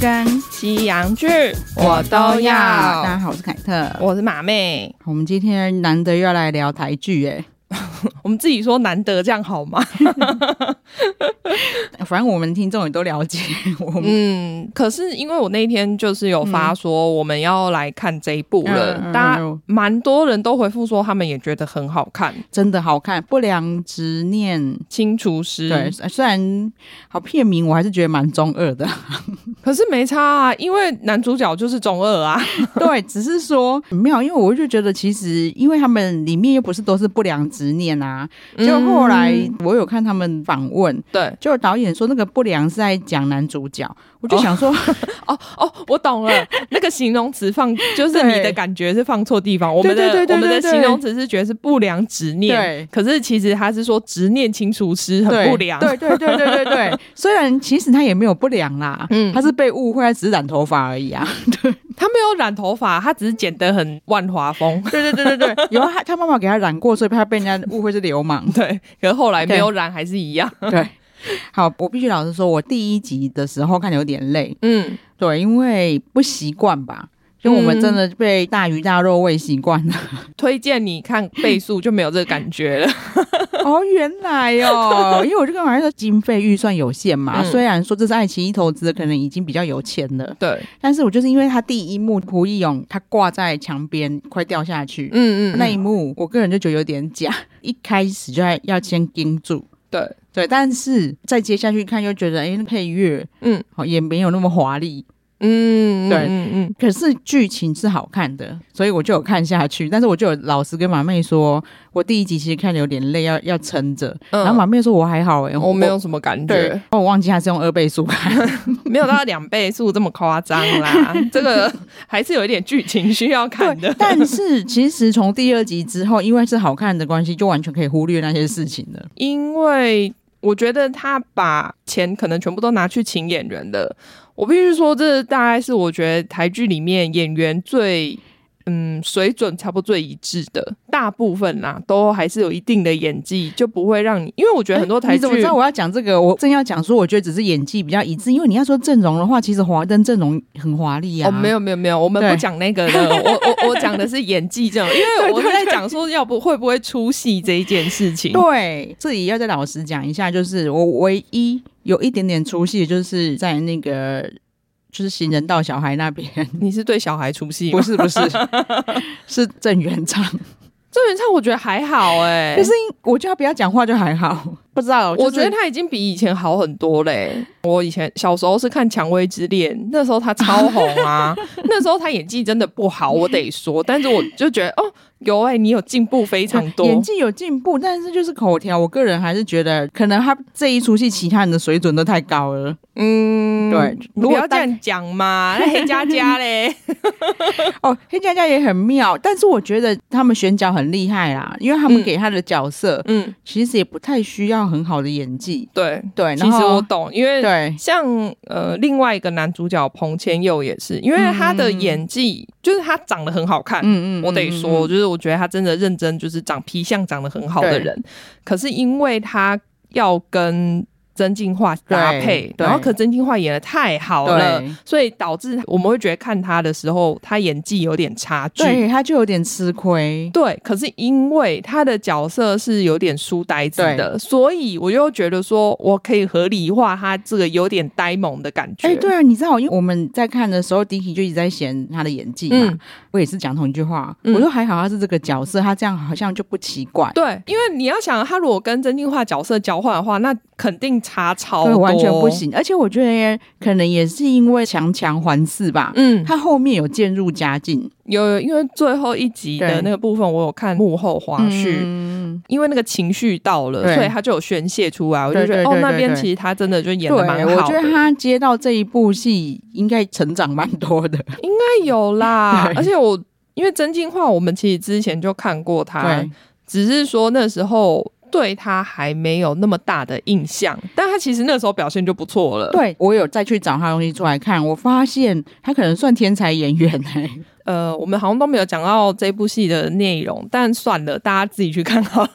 跟西洋剧大家好，我是凯特。我是马妹，我们今天难得要来聊台剧，哎，我们自己说难得这样好吗？反正我们听众也都了解 我们。嗯， 可是因为我那天就是有发说我们要来看这一部了，嗯嗯嗯大家蛮多人都回复说他们也觉得很好看，《真的好看，《不良执念》清除师》对，虽然好片名，我还是觉得蛮中二的。可是没差啊，因为男主角就是中二啊，对，只是说很妙，因为我就觉得其实，因为他们里面又不是都是不良执念啊，就后来嗯我有看他们访问，对就导演说那个不良是在讲男主角，我就想说，哦 哦，我懂了，那个形容词放就是你的感觉是放错地方，我们的对对对对我们的对形容词是觉得是不良执念对，可是其实他是说执念清除师对很不良，对对对对对 对。虽然其实他也没有不良啦，嗯他是被误会，他只是染头发而已啊。，他没有染头发，他只是剪得很万华风。对对对对对，有啊他他妈妈给他染过，所以他被人家误会是流氓对，可是后来没有染还是一样， 对，好，我必须老实说，我第一集的时候看得有点累，嗯，对，因为不习惯吧。就我们真的被大鱼大肉喂习惯 了、推荐你看倍速就没有这个感觉了，哦，原来哦，因为我就跟我儿子说经费预算有限嘛，嗯虽然说这是爱奇艺投资的，可能已经比较有钱了， 对，但是我就是因为他第一幕胡一勇他挂在墙边快掉下去，嗯嗯，那一幕，我个人就觉得有点假。 一开始就要要先盯住，对，对，但是再接下去看又觉得，哎、那配乐嗯好也没有那么华丽，嗯，对嗯嗯，可是剧情是好看的，所以我就有看下去。但是我就有老实跟马妹说，我第一集其实看的有点累，要要撑着。嗯然后马妹说我还好、哎，我没有。什么感对觉，，我忘记他是用二倍速看， 没有到两倍速这么夸张 啦，这个还是有一点剧情需要看的。但是其实从第二集之后，因为是好看的关系，就完全可以忽略那些事情了。因为我觉得他把钱可能全部都拿去请演员了。我必须说，这大概是我觉得台剧里面演员最嗯水准差不多最一致的，大部分啦、都还是有一定的演技，就不会让你，因为我觉得很多台你剧、哦怎么知道我要讲这个？我正要讲说，我觉得只是演技比较一致，因为你要说阵容的话，其实华灯阵容很华丽啊。哦，没有没有没有，我们对不讲那个的，我我我讲的是演技这种，因为我 是在讲说要不会不会出戏这一件事情。对，这里要再老实讲一下，就是我唯一有一点点出戏，就是在那个就是行人道小孩那边， 你是对小孩出戏吗不？是不 是，是郑元畅，郑元畅我觉得还好哎、就是我叫他不要讲话就还好，不知道，我哦就是觉得他已经比以前好很多嘞、我以前小时候是看《蔷薇之恋》，那时候他超红 啊，那时候他演技真的不好，我得说。但是我就觉得，哦，有哎、你有进步非常多。演技有进步，但是就是口条，我个人还是觉得可能他这一出戏其他人的水准都太高了。嗯，对你如不果要这单样讲嘛。那黑佳 佳嘞，哦，黑佳佳也很妙，但是我觉得他们选角很厉害啦，因为他们嗯给他的角色、嗯，其实也不太需要很好的演技。对，对，其然实后我懂，因为对像呃，另外一个男主角彭千佑也是，因为他的演技、就是他长得很好看，嗯嗯我得嗯嗯说，嗯就是我觉得他真的认真，就是长皮相长得很好的人，可是因为他要跟。曾静化搭配对，对然后可曾静化演的太好了对，所以导致我们会觉得看他的时候，他演技有点差距。对他就有点吃亏。对，可是因为他的角色是有点书呆子的，所以我又觉得说我可以合理化他这个有点呆萌的感觉。哎，对啊，你知道，因为我们在看的时候，Dicky 就一直在嫌他的演技嘛。嗯我也是讲同一句话，嗯我说还好他是这个角色，他这样好像就不奇怪。对，因为你要想，他如果跟真心话角色交换的话，那肯定差超对，多，哦完全不。行。而且我觉得可能也是因为强强环视吧，嗯，他后面有渐入佳境。有有因为最后一集的对那个部分，我有看幕后花絮，嗯因为那个情绪到了，对所以他就有宣泄出来。我就觉得对对对哦，那边对对其实他真的就演的对，蛮好的。我觉得他接到这一部戏应该成长蛮多的。应该有啦 对，而且我因为真心话，我们其实之前就看过他对，只是说那时候对他还没有那么大的印象，但他其实那时候表现就不错了。，对，我有再去找他的东西出来看，我发现他可能算天才演员 哎、呃，我们好像都没有讲到这部戏的内容，但算了，大家自己去看好了。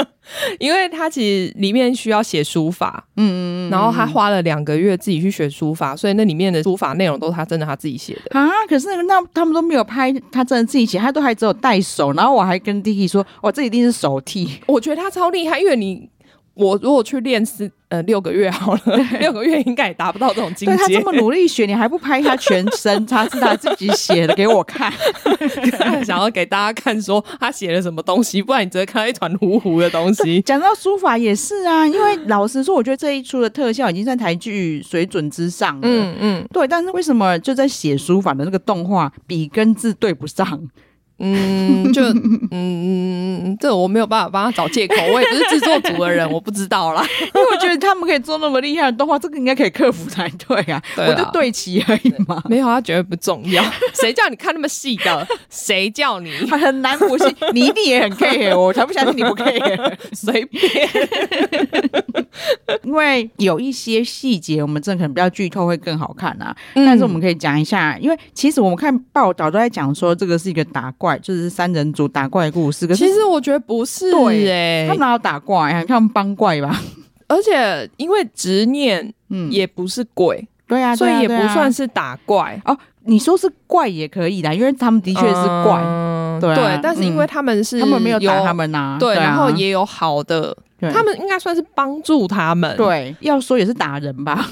因为他其实里面需要写书法，嗯嗯嗯，然后他花了两个月自己去学书法，所以那里面的书法内容都是他真的他自己写的。啊，可是那个那他们都没有拍，他真的自己写，他都还只有带手，然后我还跟弟弟说，哦，这一定是手替，我觉得他超厉害，因为你我如果去练四呃六个月 好了，六个月应该也达不到这种境对他界 这。么努力学，你还不拍他全身，他是他自己写的给我看，想要给大家看说他写了什么东西，不然你只会看到一团糊糊的东西。讲到书法也是啊，因为老实说，我觉得这一出的特效已经在台剧水准之上了。 嗯，嗯嗯对，但是为什么就在写书法的那个动画笔跟字对不上？ 嗯，就嗯，这我没有办法帮他找借口，我也不是制作组的人，我不知道 啦。因为我觉得他们可以做那么厉害的动画，这个应该可以克服才对啊。 对我啦就对齐而已嘛。没有，他绝对不重要。 谁叫你看那么细的？谁叫你很难不信， 你一定也很 care，我才不相信你不 care。随便？ 因为有一些细节，我们真的可能比较剧透会更好看啊。嗯但是我们可以讲一下，因为其实我们看报道都在讲说，这个是一个打怪，就是三人组打怪的故事。可是其实我觉得不是对哎、他们哪有打怪啊？你看他们帮怪吧，而且因为执念嗯，也不是鬼，对啊，所以也不算是。是打怪，你说是怪也可以的，因为他们的的确是怪，对啊但是因为他嗯们是他们没有打他们呐、啊。对，啊然后也有好的，对他们应该算是帮助他们。对啊要说也是打人吧，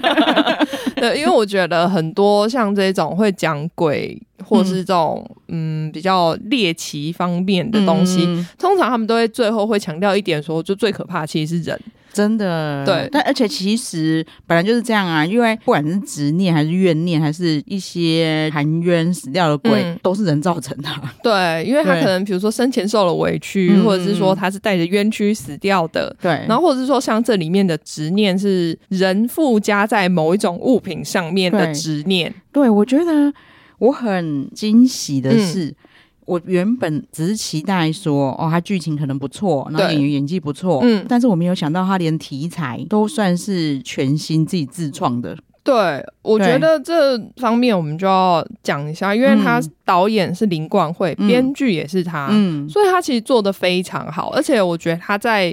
对，因为我觉得很多像这种会讲鬼或是这种嗯比较猎奇方面 的东西，嗯通常他们都会最后会强调一点说，就最可怕的其实是人。真的，对但而且其实本来就是这样啊，因为不管是执念还是怨念，还是一些含冤死掉的鬼，嗯都是人造成的啊、 对，因为他对可能比如说生前受了委屈，嗯或者是说他是带着冤屈死掉的。对，然后，或者是说，像这里面的执念是人附加在某一种物品上面的对执念，对我觉得我很惊喜嗯的是。我原本只是期待说，哦，他剧情可能不错，然后对演员演技不错，嗯但是我没有想到他连题材都算是全新自己自创的，对，我对觉得这方面我们就要讲一下，因为他嗯导演是林冠慧，嗯编剧也是他，嗯，所以他其实做的非常好，而且我觉得他在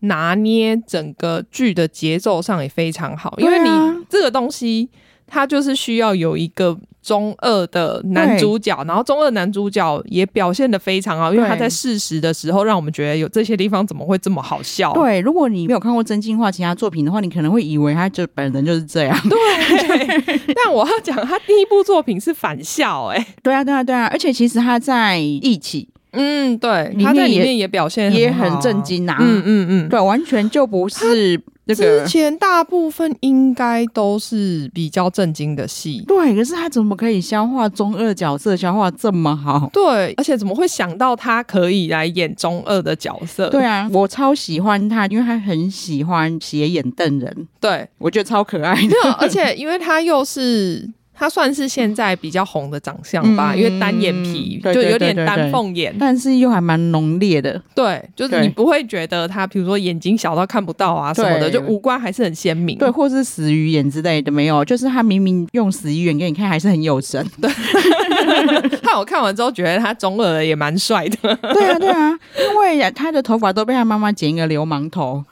拿捏整个剧的节奏上也非常好，因为对啊你这个东西，它就是需要有一个中二的男主角，然后中二男主角也表现的非常好，因为对他在适时的时候让我们觉得有这些地方怎么会这么好笑，哦对。如果你没有看过真心话其他作品的话，你可能会以为他就本人就是这样，对。 但我要讲，他第一部作品是反校、哎。 对啊，对啊，对啊，而且其实他在一起嗯，对，里他面在里也面也表现也很好很啊震。惊啊，嗯嗯嗯，对，完全就不是那之个前大部分应该都是比较震惊的戏。对，可是他怎么可以消化中二角色消化这么好？对，而且怎么会想到他可以来演中二的角色？对啊，我超喜欢他，因为他很喜欢斜眼瞪人，对，我觉得超可爱的没。有，而且因为他又是。他算是现在比较红的长相吧，嗯因为单眼皮对就有对对点对丹对凤眼，但是又还蛮浓烈的，对，就是对你不会觉得他，比如说眼睛小到看不到啊什么的，对就五官还是很鲜明。对，或是死鱼眼之类的，没有，就是他明明用死鱼眼给你看，还是很有神。看我看完之 后觉得他中二的也蛮帅的， 对啊，对啊，因为他的头发都被他妈妈剪一个流氓头，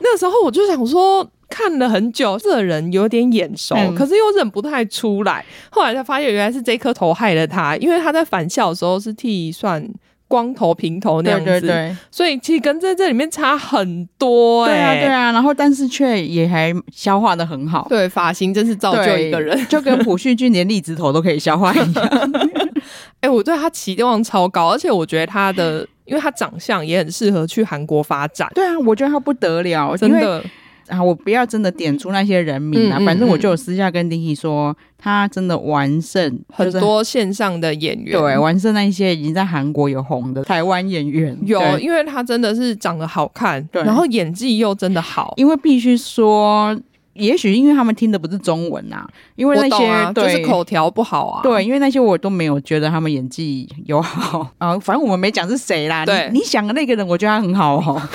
那时候我就想说，看了很久，这人有点眼熟，嗯可是又认不太出来。后来才发现，原来是这颗头害了他，因为他在返校的时候是剃算光头、平头那样 对子，对对。所以其实跟在这里面差很多、对啊，哎，对啊，然后但是却也还消化的很好，对发型真是造就一个人。 对，就跟朴叙俊连栗子头都可以消化一样。 哎、我对他期望超高，而且我觉得他的，因为他长相也很适合去韩国发展， 对啊，我觉得他不得了，真因为的。啊，我不要真的点出那些人名啊，嗯嗯反正我嗯就有私下跟丁 i 说，他真的完胜很。就是多线上的演员，对，完胜那一些已经在韩国有红的台湾演员，有，对因为他真的是长得好看，对然后演技又真的好，因为必须说，也许因为他们听的不是中文啊，因为我那懂些、啊，就对是口条不好啊。对，因为那些我都没有觉得他们演技有好啊、反正我们没讲是谁啦。对你，你想的那个人，我觉得他很好哦。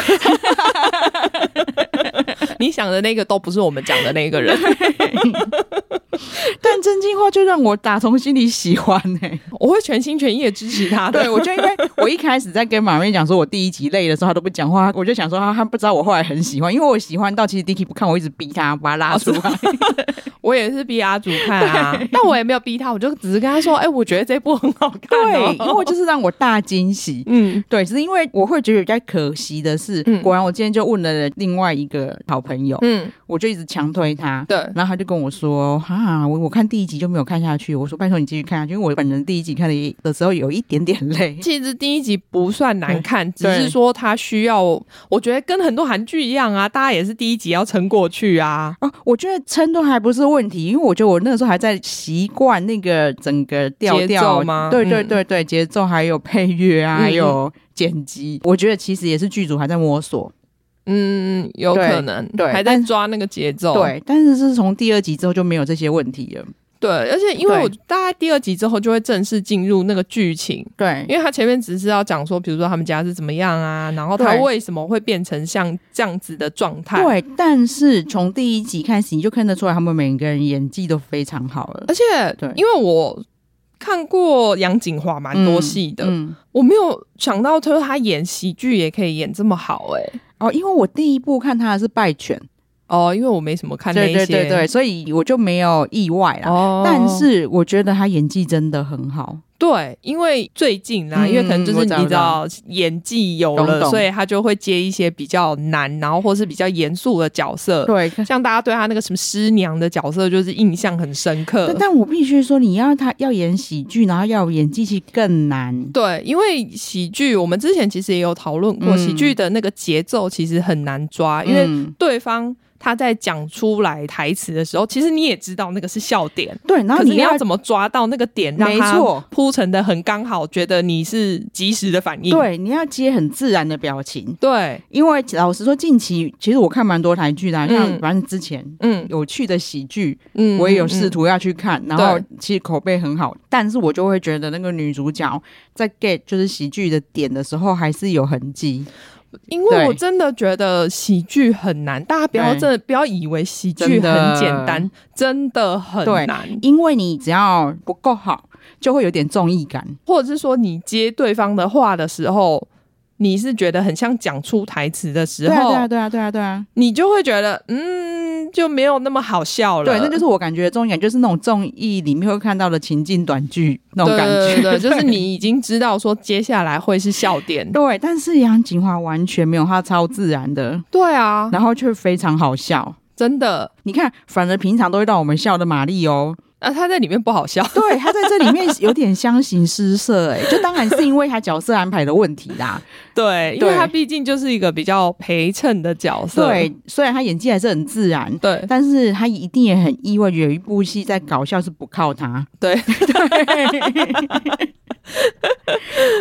你想的那个都不是我们讲的那个人。但真心话就让我打从心里喜欢欸呢、 我会全心全意的支持他 的。对，我就因为我一开始在跟马瑞讲说我第一集累的时候，他都不讲话，我就想说他他不知道我后来很喜欢，因为我喜欢到其实 Dicky 不看，我一直逼他把他拉 出来。我也是逼阿祖看啊，但我也没有逼他，我就只是跟他说，哎、我觉得这部很好看、 对， 因为哦。我就是让我大惊喜。嗯，对，只是因为我会觉得比较可惜的是，嗯果然我今天就问了另外一个好朋友，嗯，我就一直强推他，对然后他就跟我说：“哈，我我看第一集就没有看下去。”我说：“拜托你继续看下去，因为我本人第一集看的的时候有一点点累。其实第一集不算难看，只嗯对是说它需要，我觉得跟很多韩剧一样啊，大家也是第一集要撑过去啊”。哦，我觉得撑都还不是问题，因为我觉得我那个时候还在习惯那个整个调节调奏吗对对嗯对对，节奏还有配乐啊，嗯还有剪辑，我觉得其实也是剧组还在摸索。嗯，有对可能，对还在抓那个节奏。对，但是是从第二集之后就没有这些问题了。对，而且因为对我大概第二集之后就会正式进入那个剧情，对，因为他前面只是要讲说，比如说他们家是怎么样啊，然后他对为什么会变成像这样子的状态。对，但是从第一集开始，你就看得出来他们每个人演技都非常好了，而且对因为我看过杨锦华蛮多戏的，嗯嗯我没有想到他说他演喜剧也可以演这么好哎、欸哦，因为我第一部看他的是《败犬》，哦，因为我没什么看那对些，对对对，所以我就没有意外啦。哦，但是我觉得他演技真的很好，对，因为最近啊，嗯因为可能就是我知道你知道演技有懂了，懂所以他就会接一些比较难，然后或是比较严肃的角色。对。像大家对他那个什么师娘的角色，就是印象很深刻但。但我必须说，你要他要演喜剧，然后要有演技，其实更难。对，因为喜剧，我们之前其实也有讨论过，嗯喜剧的那个节奏其实很难抓，啊因为嗯对方他在讲出来台词的时候，其实你也知道那个是笑点，对，然后可是你你要要怎么抓到那个点，让没它错铺陈的很刚好，觉得你是及时的反应。对你要接很自然的表情，对，因为老实说，近期其实我看蛮多台剧的啊、像嗯反正之前嗯有趣的喜剧，嗯我也有试试。图要去看，然后其实口碑很好，但是我就会觉得那个女主角在 get 就是喜剧的点的时候，还是有痕迹。因为我对真的觉得喜剧很难，大家不要对真的不要以为喜剧真的很简单，真的很对难，因为你只要不够好，就会有点综艺感。或者是说你接对方的话的时候。你是觉得很像讲出台词的时对啊，候，对啊，对啊，对啊，对啊，你就会觉得嗯，就没有那么好笑了。对，那就是我感觉的综艺感，就是那种综艺里面会看到的情境短剧那种对感对觉。对对，就是你已经知道说接下来会是笑点。 对，但是杨锦华完全没有，她超自然的，对啊，然后却非常好笑。真的，你看，反而平常都会让我们笑的玛丽哦，啊，他在里面不 好笑。对，他在这里面有点相形失色、哎，就当然是因为他角色安排的问题 啦。对，因为对他毕竟就是一个比较陪衬的角色。对，虽然他演技还是很自然，对但是他一定也很意外，有一部戏在搞笑是不靠他。 对，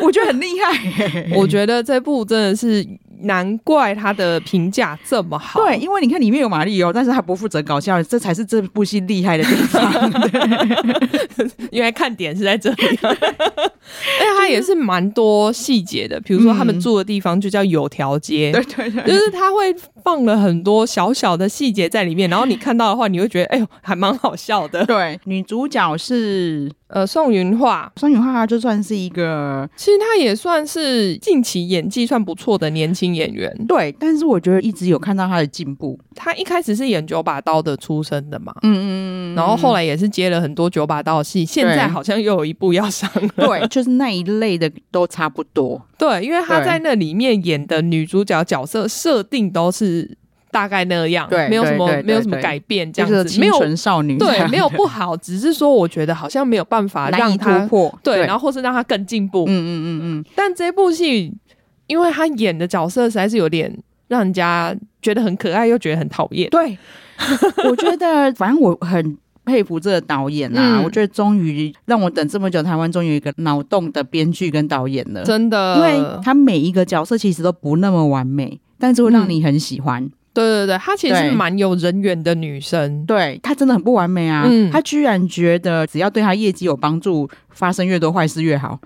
我觉得很厉害、哎我觉得这部真的是难怪他的评价这么好。对，，啊因为你看里面有马里奥，但是他不负责搞笑，这才是这部戏厉害的地方。因为看点是在这里，啊 而且他也是蛮多细节的，比如说他们住的地方就叫有条 街。对对对。 就是他会放了很多小小的细节在里面，然后你看到的话，你会觉得哎呦，还蛮好笑的。对，女主角是呃，宋云画双女花，她就算是一个其实她也算是近期演技算不错的年轻演员。对，但是我觉得一直有看到她的进步。她一开始是演九把刀的出身的嘛，嗯嗯嗯，然后后来也是接了很多九把刀的戏，现在好像又有一部要上了。对，就是那一类的都差不多。对，因为她对在那里面演的女主角角色设定都是大概那样，对没有什对对么对没有什么对改变，这就样是子清没有纯少女这样对的，没有不好，只是说我觉得好像没有办法难以突让她破。对，然后后或是让她更进步。嗯嗯嗯嗯，但这部戏，因为他演的角色实在是有点让人家觉得很可爱，又觉得很讨厌。对， 我觉得反正我很。佩服这个导演啊！嗯我觉得终于让我等这么久，台湾终于有一个脑洞的编剧跟导演了。真的，因为他每一个角色其实都不那么完美，但是会让你很喜欢。对对对，她其实是对蛮有人缘的女生。对他真的很不完美啊！嗯他居然觉得只要对他业绩有帮助，发生越多坏事越好。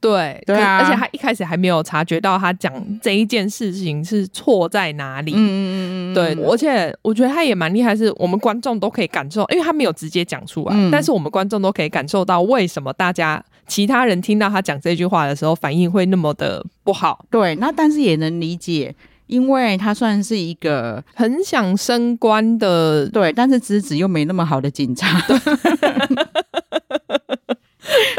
对对啊可而且他一开始还没有察觉到他讲这一件事情是错在哪嗯里。嗯嗯嗯，对，嗯而且我觉得他也蛮厉害，是我们观众都可以感受，因为他没有直接讲出来，嗯但是我们观众都可以感受到为什么大家其他人听到他讲这句话的时候反应会那么的不好，对，那但是也能理解，因为他算是一个很想升官的。对，但是资质又没那么好的警 察，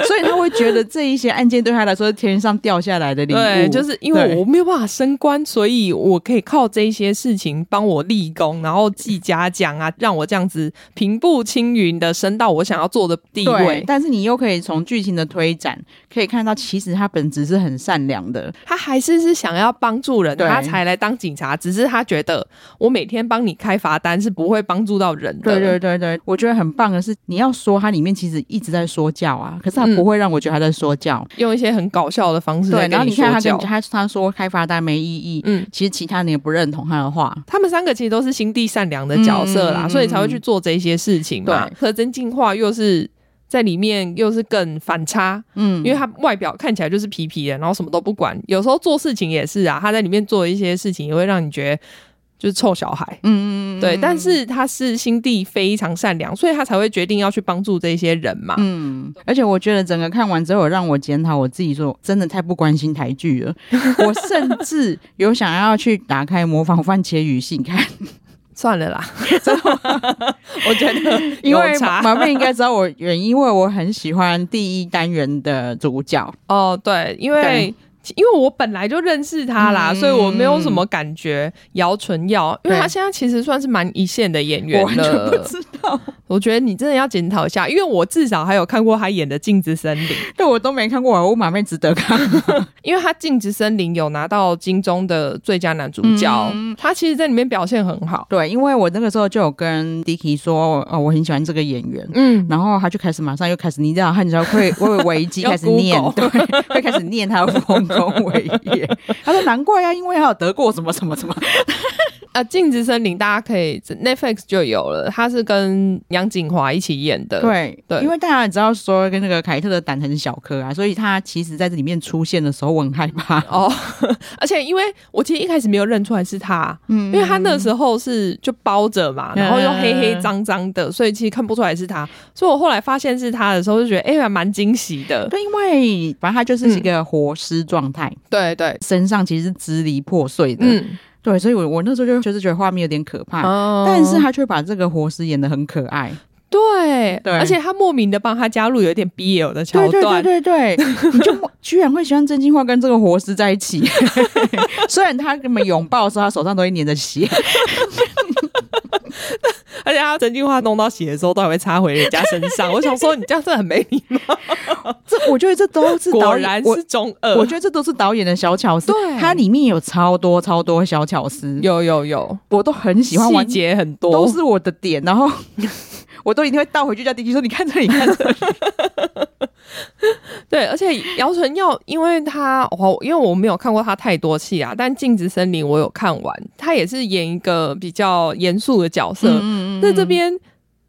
所以他会觉得这一些案件对他来说是天上掉下来的礼物，对，就是因为对我没有办法升官，所以我可以靠这些事情帮我立功，然后记嘉奖啊，让我这样子平步青云的升到我想要做的地对位。但是你又可以从剧情的推展可以看到，其实他本质是很善良的，他还是是想要帮助人，对他才来当警察。只是他觉得我每天帮你开罚单是不会帮助到人对的。对对对，我觉得很棒的是，你要说它里面其实一直在说教啊，可是它嗯不会让我觉得他在说教。用一些很搞笑的方式对，来然后跟你说看他教跟。他他说开罚单没意义，嗯，其实其他人也不认同他的话。他们三个其实都是心地善良的角色嗯啦，嗯嗯所以才会去做这些事情嘛。对和真进化又是。在里面又是更反差，嗯，因为他外表看起来就是皮皮的，然后什么都不管。有时候做事情也是啊，他在里面做一些事情也会让你觉得就是臭小孩。嗯嗯嗯，对，但是他是心地非常善良，所以他才会决定要去帮助这些人嘛。嗯，而且我觉得整个看完之后，让我检讨我自己说，真的太不关心台剧 了。我甚至有想要去打开模仿番茄语信看， 算了啦，我觉得 因为有差马妹应该知道我原因，因为我很喜欢第一单元的主角。哦，对，因为对。因为我本来就认识他啦，嗯所以我没有什么感觉。姚纯耀，因为对他现在其实算是蛮一线的演员我了。完全不知道，我觉得你真的要检讨一下，因为我至少还有看过他演的《镜子森林》，对我都没看过，我马妹值得看。因为他《镜子森林》有拿到金钟的最佳男主角，嗯他其实在里面表现很好。对，因为我那个时候就有跟 Dicky 说，哦，我很喜欢这个演员。嗯，然后他就开始马上又开始，你知道，他你知道会会危机 要开始念， 对 Google，会开始念他的丰功伟业。他说难怪啊，因为他有得过什么什么什么。啊，《镜子森林》大家可以 Netflix 就有了，他是跟杨景华一起演的。对对因为大家也知道说跟那个凯特的胆很小颗啊，所以他其实在这里面出现的时候，我很害怕。哦， 而且因为我其实一开始没有认出来是他，嗯因为他那时候是就包着嘛，嗯然后又黑黑脏脏的，所以其实看不出来是他。所以我后来发现是他的时候，就觉得哎，还蛮惊喜的。对，因为反正他就是嗯一个活尸状态，对对，身上其实是支离破碎的。嗯，对，所以我我那时候就就是觉得画面有点可怕。哦但是他却把这个活尸演得很可爱，对对而且他莫名的帮他加入有一点 BL 的桥对段，对对对对，你就居然会喜欢真心话跟这个活尸在一起，虽然他根本拥抱的时候，他手上都会粘着血，而且他真心话弄到血的时候都还会插回人家身上。我想说，你这样真的很没礼貌，这我觉得这都是果导演然我是中二。我觉得这都是导演的小巧思，对它里面有超多超多小巧思，有有有，我都很喜欢玩细，节很多，都是我的点，然后我都一定会倒回去叫弟弟说：“你看这里，你看这里。对，而且姚晨耀，因为他哦，因为我没有看过他太多戏啊，但《镜子森林》我有看完，他也是演一个比较严肃的角色。嗯在这边，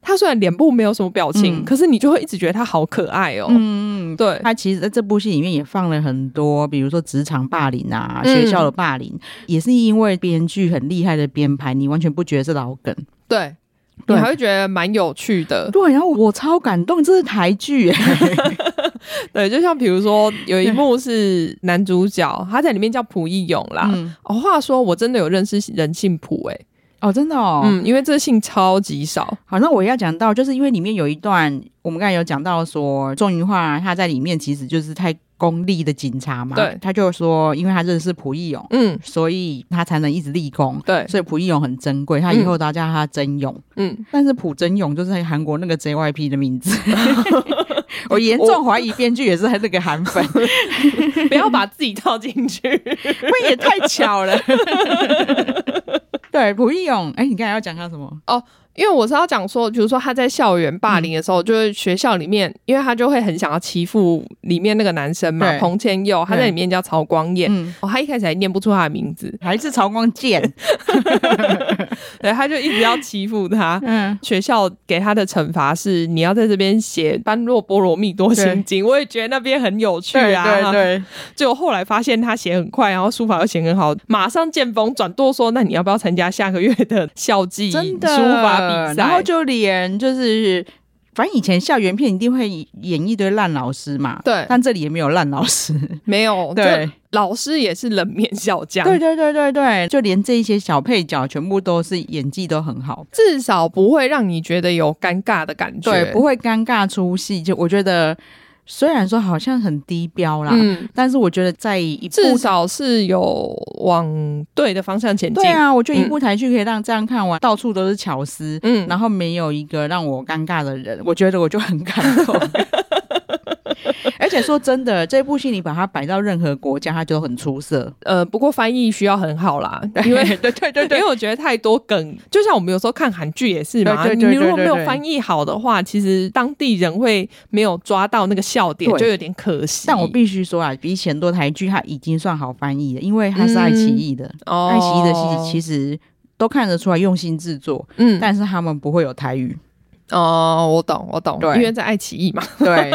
他虽然脸部没有什么表情，嗯可是你就会一直觉得他好可爱哦。嗯嗯。对，他其实在这部戏里面也放了很多，比如说职场霸凌啊、嗯学校的霸凌，也是因为编剧很厉害的编排，你完全不觉得是老梗。对，你对还会觉得蛮有趣的。对，然后我超感动，这是台剧、 欸，对，就像比如说有一幕是男主角，他在里面叫朴义勇啦。嗯哦，话说我真的有认识人姓朴诶、 哦，真的哦，嗯，因为这姓超级少。好，那我要讲到，就是因为里面有一段，我们刚才有讲到说，仲云化他在里面其实就是太功利的警察嘛，对他就说，因为他认识蒲义勇，嗯，所以他才能一直立功，对，所以蒲义勇很珍贵，他以后都要叫他真勇。嗯，但是朴真勇就是韩国那个 JYP 的 名字，我严重怀疑编剧也是那个韩粉，不要把自己套进去。不也太巧 了。对，蒲义勇，哎、你刚才要讲他什么？ 因为我是要讲说，比如说他在校园霸凌的时候，就是学校里面，因为他就会很想要欺负里面那个男生嘛，对彭千佑，他在里面叫曹光彦。嗯，哦，他一开始还念不出他的名字，还是曹光剑？对，他就一直要欺负他。嗯，学校给他的惩罚是你要在这边写《般若波罗蜜多心经》，我也觉得那边很有趣对对啊。对，结果后来发现他写很快，然后书法又写很好，马上见风转舵说：“那你要不要参加下个月的校际真的书法比赛？”然后就连就是，反正以前校园片一定会演一堆烂老师嘛，对但这里也没有烂老师。没 有，对就老师也是冷面笑 匠，对对对对对，就连这一些小配角全部都是演技都很好，至少不会让你觉得有尴尬的感觉，对，不会尴尬出戏。就我觉得，虽然说好像很低标啦，嗯，但是我觉得在一部至少是有往对的方向前进。对啊，我觉得一部台剧可以让这样看完，到处都是巧思，嗯，然后没有一个让我尴尬的人，我觉得我就很感 动。而且说真的，这部戏你把它摆到任何国家，它就很出色。呃，不过翻译需要很好啦，因为。对对对 因为我觉得太多梗，就像我们有时候看韩剧也是嘛，对对对你如果对没对有翻译好的话，其实当地人会没有抓到那个笑点，对就有点可惜。但我必须说啊，比起很多台剧，它已经算好翻译了，因为它是爱奇艺的，哦爱奇艺的戏其实都看得出来用心制作，嗯，但是他们不会有台语。哦，我懂，我懂，对因为在爱奇艺嘛， 对，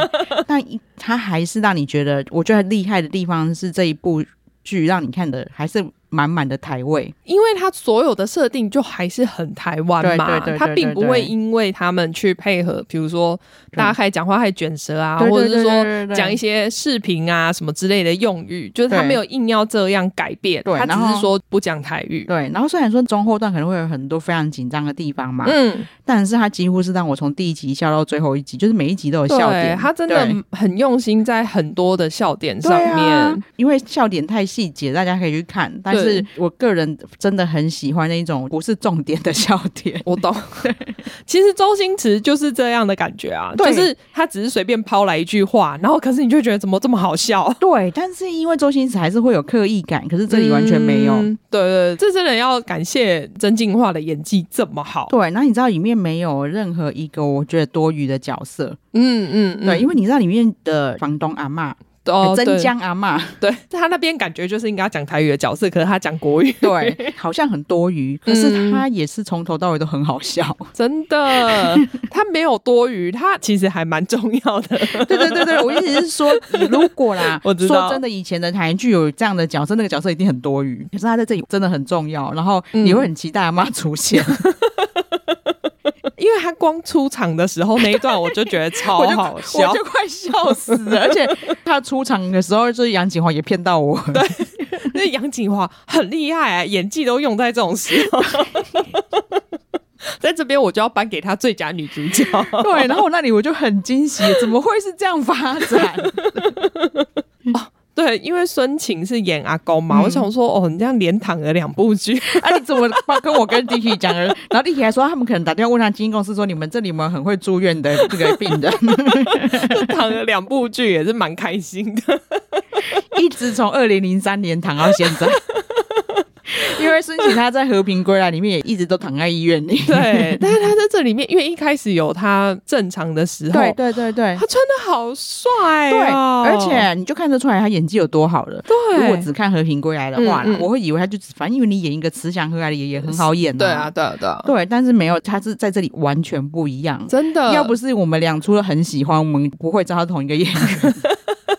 但一它还是让你觉得，我觉得厉害的地方是这一部剧让你看的还是满满的台味。因为它所有的设定就还是很台湾嘛，对对对对它并不对对会因为他们去配合，比如说大家开始讲话还卷舌啊，对对或者是对对说对对讲一些视频啊什么之类的用语，就是他对没有硬要这样改变，对他然只后是说不讲台语。对，然后虽然说中后段可能会有很多非常紧张的地方嘛，嗯，但是它几乎是让我从第一集笑到最后一集，就是每一集都有笑对点。，他真的对很用心在很多的笑点上对啊面。，因为笑点太细节，大家可以去看。但是我个人真的很喜欢那一种不是重点的笑点。我懂， 其实周星驰就是这样的感觉啊，就对是他只是随便抛来一句话，然后可是你就觉得怎么这么好笑，对，但是因为周星驰还是会有刻意感，可是这里完全没有。嗯对对，对这真的要感谢曾静华的演技这么好。对，那你知道里面没有任何一个我觉得多余的角色，嗯嗯对，因为为你知道里面的房东阿妈、哦，曾对，江阿妈，对 他那边感觉就是应该讲台语的角色，可是他讲国语， 对，好像很多余，可嗯是他也是从头到尾都很好笑。 真的， 他没有多余，他其实还蛮重要的。 ，对对对对，我意思是说， 如果啦我知道说真的，以前的台剧有这样的角色，那个角色一定很多余，可是他在这里真的很重要，然后嗯你会很期待阿妈出现，因为他光出场的时候那一段，我就觉得超 我就好笑我。就快笑死了。而且他出场的时候，就是杨景华也骗到 我， 那杨锦华很厉害、啊，演技都用在这种时候。 在这边我就要颁给他最佳女主角。对，然后那里我就很惊喜，怎么会是这样发 展？对，因为孙晴是演阿公嗯嘛，我想说哦，你这样连躺了两部剧， 啊，你怎么跟我跟 Dicky 讲了？然后 Dicky 还说，他们可能打电话问他经纪公司说，你们这里有没有很会住院的这个病人？就躺了两部剧也是蛮开 心的。一直从二零零三年躺到现 在。因为孙晴她在《和平归来》里面也一直都躺在医院里。对，但是他在这里面，因为一开始有他正常的时候，对对对对他穿的好帅、对，哦，而且你就看得出来她演技有多好了。对，如果只看《和平归来》的话啦嗯嗯我会以为她就只反正因为你演一个慈祥和蔼的也也很好演、对啊，，对啊，对啊，对，但是没有，她是在这里完全不一样。真的，要不是我们俩除了很喜欢，我们不会知道她同一个演员。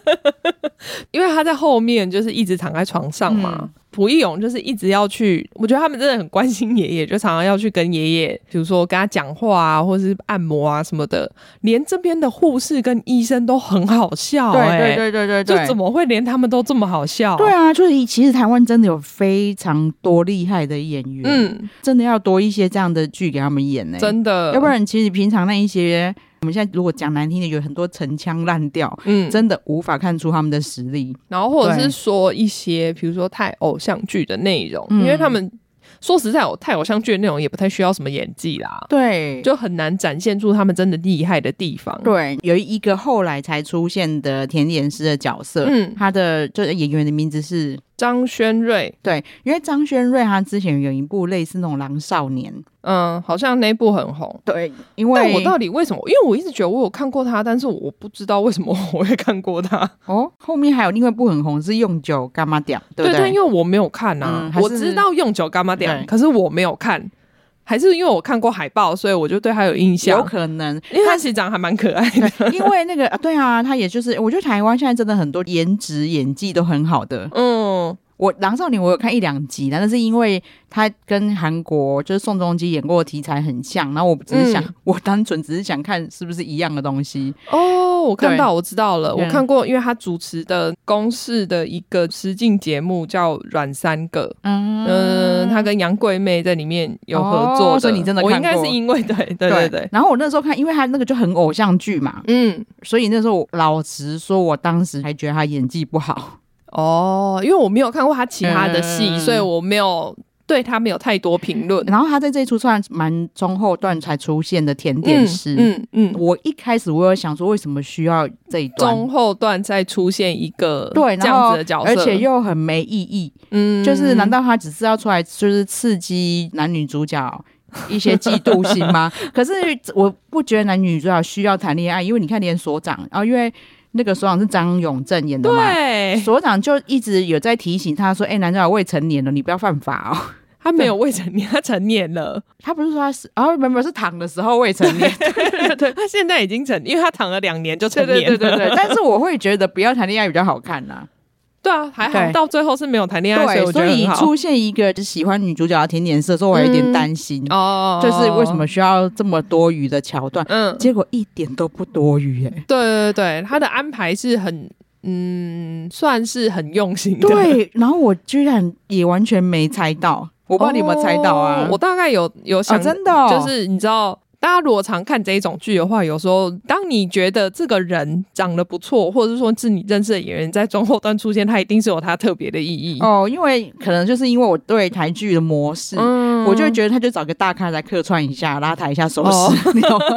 因为他在后面就是一直躺在床上嘛。嗯蒲一勇就是一直要去，我觉得他们真的很关心爷爷，就常常要去跟爷爷，比如说跟他讲话啊，或是按摩啊什么的。连这边的护士跟医生都很好笑、欸，对对对对对就对怎。么会连他们都这么好笑？对啊，就是其实台湾真的有非常多厉害的演员，嗯，真的要多一些这样的剧给他们演呢、欸真的，要不然其实平常那一些，我们现在如果讲难听的，有很多陈腔滥调，嗯，真的无法看出他们的实力。然后或者对是说一些，比如说太偶像剧的内容，嗯因为他们说实在，我太偶像剧的内容也不太需要什么演技啦，对就就很难展现出他们真的厉害的地方。对，有一个后来才出现的甜点师的角色，嗯他的就是演员的名字是。张轩瑞，对，因为张轩瑞他之前有一部类似那种《狼少年》，嗯，好像那部很红。对，因但为我到底为什么？因为我一直觉得我有看过他，但是我不知道为什么我会看过 他。哦后面还有另外一部很红是《用酒干嘛屌》，对不但因为我没有看啊嗯，还是我知道用九干嘛点，对可是我没有看。还是因为我看过海报，所以我就对他有印象有。可能， 因为他其实长得还蛮可爱的，因为那个啊，对啊，他也就是，我觉得台湾现在真的很多颜值、演技都很好的。 嗯，我《狼少年》我有看一两集啦，但是因为他跟韩国就是宋仲基演过的题材很像，然后我只是想，嗯我单纯只是想看是不是一样的东西。哦，我看到，我知道了，嗯我看过，因为他主持的公视的一个实境节目叫《软三个》，嗯嗯，他跟杨贵妹在里面有合哦作所的，以你真的我看应该过是因 为对对对对，然后我那时候看，因为他那个就很偶像剧嘛，嗯，所以那时候我老实说，我当时还觉得他演技不好。哦，因为我没有看过他其他的戏，嗯所以我没有对他没有太多评论。然后他在这一出算蛮中后段才出现的甜点师。嗯嗯，嗯我一开始我有想说，为什么需要这一段？中后段再出现一个对，这然后样子的角色，而且又很没意义。嗯就是难道他只是要出来就是刺激男女主角？一些嫉妒心吗？ 可是我不觉得男女主角需要谈恋爱，因为你看连所长，然、后因为那个所长是张永正演的嘛，对所长就一直有在提醒他说：“哎、男主角未成年了，你不要犯法哦。 他没有未成年，他成年了，”他不是说他是啊，没有没有是躺的时候未成年， 对他现在已经成，因为他躺了两年就 成对年了，对对对对。 但是我会觉得不要谈恋爱比较好看 啦、对啊，还好对到最后是没有谈恋爱，啊以对，我觉所得很以好出现一个就是喜欢女主角的甜点色的时候，我有一点担心。哦，就是为什么需要这么多余的桥段？嗯，结果一点都不多余哎、对对对，他的安排是很嗯，算是很用心的，对，然后我居然也完全没猜到，我 我不知道你有没有猜到啊？哦我大概有有啊、想，真的、哦，就是你知道，大家如果常看这一种剧的话，有时候当你觉得这个人长得不错，或者是说是你认识的演员在中后段出现，他一定是有他特别的意义。哦，因为可能就是因为我对台剧的模式。嗯我就会觉得他就找个大咖来客串一下，拉抬一下手势，哦 你懂吗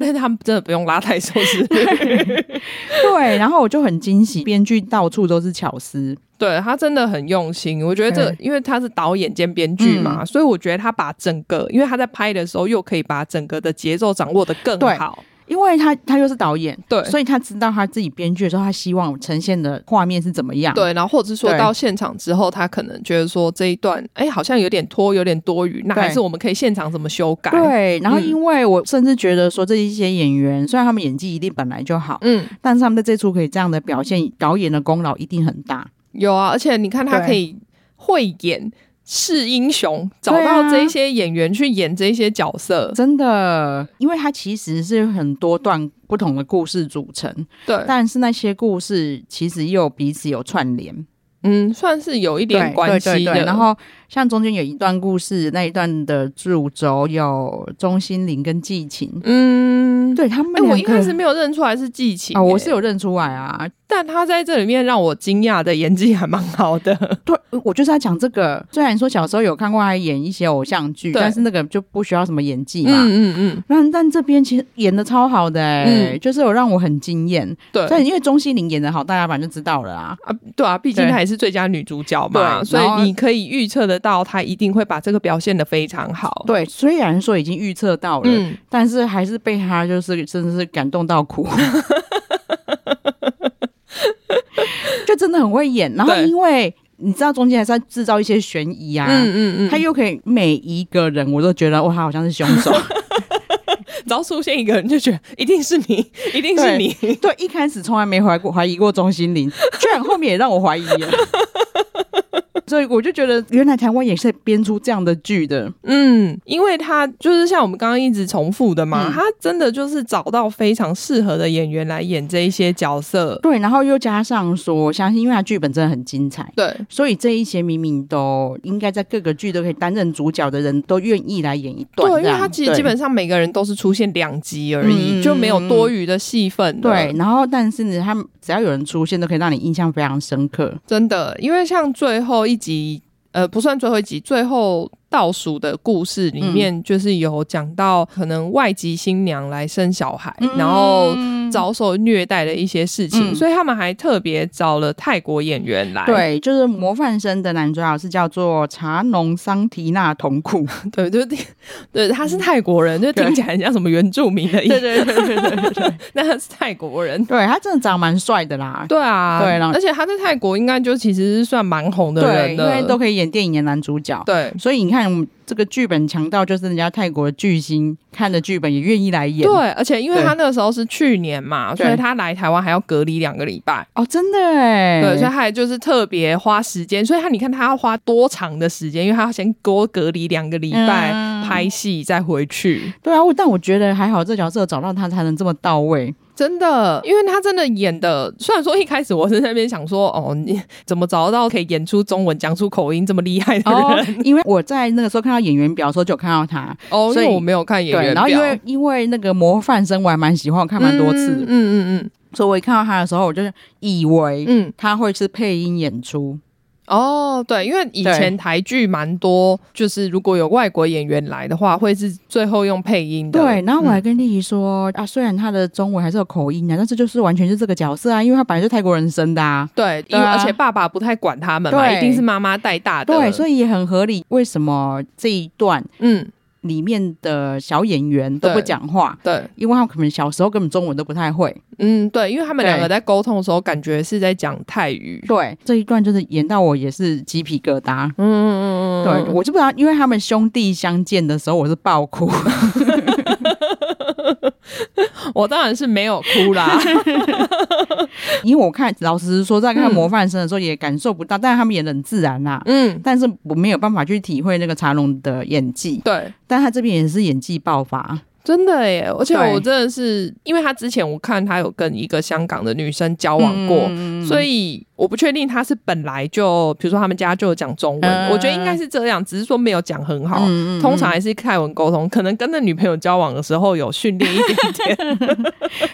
但是他们真的不用拉太收拾， 对，然后我就很惊喜，编剧到处都是巧思，对他真的很用心。我觉得这嗯，因为他是导演兼编剧嘛，所以我觉得他把整个，因为他在拍的时候又可以把整个的节奏掌握的更对好。因为他他又是导演，对所以他知道他自己编剧的时候，他希望呈现的画面是怎么样，对，然后或者是说对到现场之后，他可能觉得说这一段，哎，好像有点拖，有点多余，那还对是我们可以现场怎么修改？，对，然后嗯因为我甚至觉得说这一些演员，虽然他们演技一定本来就好，嗯，但是他们在这出可以这样的表现，导演的功劳一定很大。有啊，而且你看他对可以会演是英雄，找对啊到这些演员去演这些角色，真的，因为它其实是很多段不同的故事组成，对，啊但是那些故事其实又彼此有串联，嗯，算是有一点关系对对的。对然后像中间有一段故事，那一段的主轴有钟欣凌跟季晴，嗯，对他们哎、两个，我一开始没有认出来是季晴、啊、我哎是，有认出来啊，但他在这里面让我惊讶的演技还蛮好的。对，我 就是要讲这个。虽然说小时候有看过他演一些偶像剧，对但是那个就不需要什么演技嘛。嗯嗯那但这边其实演的超好的、欸，嗯就是有让我很惊艳。嗯，对。但因为钟欣凌演的好，大家反正就知道了啊。啊，对啊，毕竟对她也是最佳女主角嘛，对所然后以你可以预测得到她一定会把这个表现的非常好。对，虽然说已经预测到了，嗯，但是还是被他就是真的是感动到哭， 就真的很会演。然后对因为你知道中间还是要制造一些悬疑啊，嗯嗯嗯，他又可以每一个人我都觉得哇，他好像是凶 手。只要出现一个人，就觉得一定是你，一定是你。对，一开始从来没怀过怀疑过钟欣凌，居然后面也让我怀疑 了。所以我就觉得，原来台湾也是编出这样的剧的，嗯，因为他就是像我们刚刚一直重复的嘛，嗯他真的就是找到非常适合的演员来演这一些角色。对，然后又加上说，我相信因为它剧本真的很精彩，对，所以这一些明明都应该在各个剧都可以担任主角的人都愿意来演一段这样，对，因为他其实基本上每个人都是出现两集而已，嗯就没有多余的戏份。对，，然后但是呢，他们只要有人出现，都可以让你印象非常深刻。真的，因为像最后一集，呃，不算最后一集，最后倒数的故事里面，就是有讲到可能外籍新娘来生小孩，然后遭受虐待的一些事情，嗯所以他们还特别找了泰国演员来，对，就是《模范生》的男主角是叫做茶农桑提纳同库，对，就是听对，他是泰国人，就听起来很像什么原住民的意思，对对对对对对。那他是泰国人。 对他真的长蛮帅的啦，对啊，对然后而且他在泰国应该就其实是算蛮红的对，人因为的，都可以演电影的男主角，对所以你看，我们这个剧本强到，就是人家泰国的巨星看了剧本也愿意来演。对，而且因为对他那个时候是去年嘛，对所以他来台湾还要隔离两个礼拜。哦，真的哎，对，所以他还就是特别花时间，所以他你看他要花多长的时间，因为他要先多隔离两个礼拜嗯拍戏再回去，对啊，我但我觉得还好，这角色找到他才能这么到 位。真的，因为他真的演的，虽然说一开始我是在那边想说，哦，你怎么找到可以演出中文、讲出口音这么厉害的哦人？，因为我在那个时候看到演员表的时候就有看到他，哦，因所以为我没有看演对，员然后因表为因为那个模范生我还蛮喜欢，我看蛮多次，嗯嗯嗯所以我一看到他的时候，我就是以为嗯，嗯他会是配音演出，哦，对，因为以对前台剧蛮多，就是如果有外国演员来的话，会是最后用配音的。对。然后我还嗯跟丽姨说、啊，虽然他的中文还是有口音啊，但是就是完全是这个角色啊，因为他本来是泰国人生的啊，对，因对为啊而且爸爸不太管他们嘛，对一定是妈妈带大的。对，所以以也很合理。为什么这一段嗯，里面的小演员都对不讲话？对，因为他们可能小时候根本中文都不太会，嗯对，因为他们对两个在沟通的时候，感觉是在讲泰语。对这一段就是演到我也是鸡皮疙瘩。嗯嗯嗯嗯，对，我就不知道，因为他们兄弟相见的时候，我是爆哭。 我当然是没有 哭啦。因为我看，老实说，在看《模范生》的时候也感受不到，但是他们演的很自然啦、嗯，但是我没有办法去体会那个茶龙的演技，对，但他这边也是演技爆发。 真的耶！而且对我真的是，因为他之前我看他有跟一个香港的女生交往过，嗯所以我不确定他是本来就，比如说他们家就有讲中文，嗯我觉得应该是这样，只是说没有讲很好。嗯通常还是泰文沟通，可能跟那女朋友交往的时候有训练一点 点。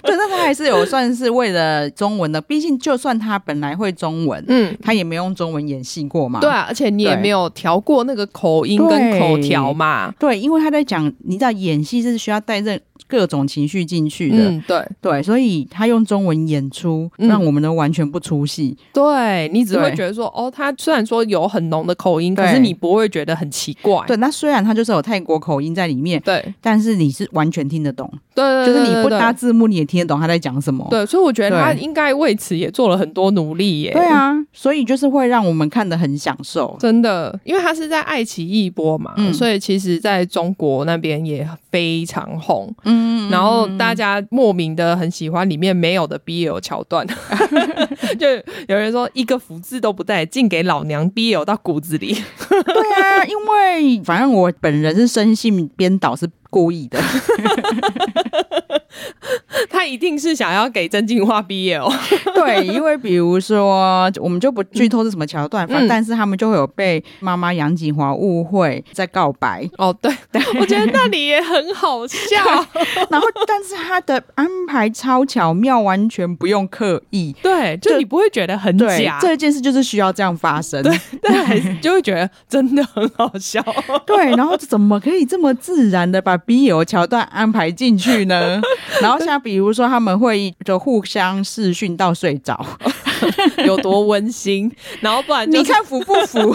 对，但他还是有算是为了中文的，毕竟就算他本来会中文，嗯，他也没用中文演戏过嘛。 对啊，而且你也对没有调过那个口音跟对口条嘛。对，因为他在讲，你知道演戏是需要带任各种情绪进去的，嗯，对对，所以他用中文演出，嗯让我们都完全不出戏。对，你只会对觉得说，哦，他虽然说有很浓的口音，可是对你不会觉得很奇怪。对，那虽然他就是有泰国口音在里面，对，但是你是完全听得懂，对，就是你不搭搭。字幕你也听得懂他在讲什么。对，所以我觉得他哦对应该为此也做了很多努力耶。对，啊，所以就是会让我们看得很享受。真的，因为他是在爱奇艺播嘛，嗯所以其实在中国那边也非常红，嗯然后大家莫名的很喜欢里面没有的 BL 桥段，就有人说一个福字都不带，尽给老娘 BL 到骨子 里。对啊，因为反正我本人是深信编导是故 意的，他一定是想要给真进化 BL。对，因为比如说我们就不剧透是什么桥段，反嗯但是他们就会有被妈妈杨锦华误会在告白，哦，对，我觉得那里也很好笑。 然后但是他的安排超巧妙，完全不用刻意。对，就这你不会觉得很对假，，这件事就是需要这样发生。对但还是就会觉得真的很好笑。然后怎么可以这么自然的把 BL 桥段安排进去呢？ 然后像比如说他们会就互相视讯到睡着， 有多温馨， 然后不然哦就你是看服不 服？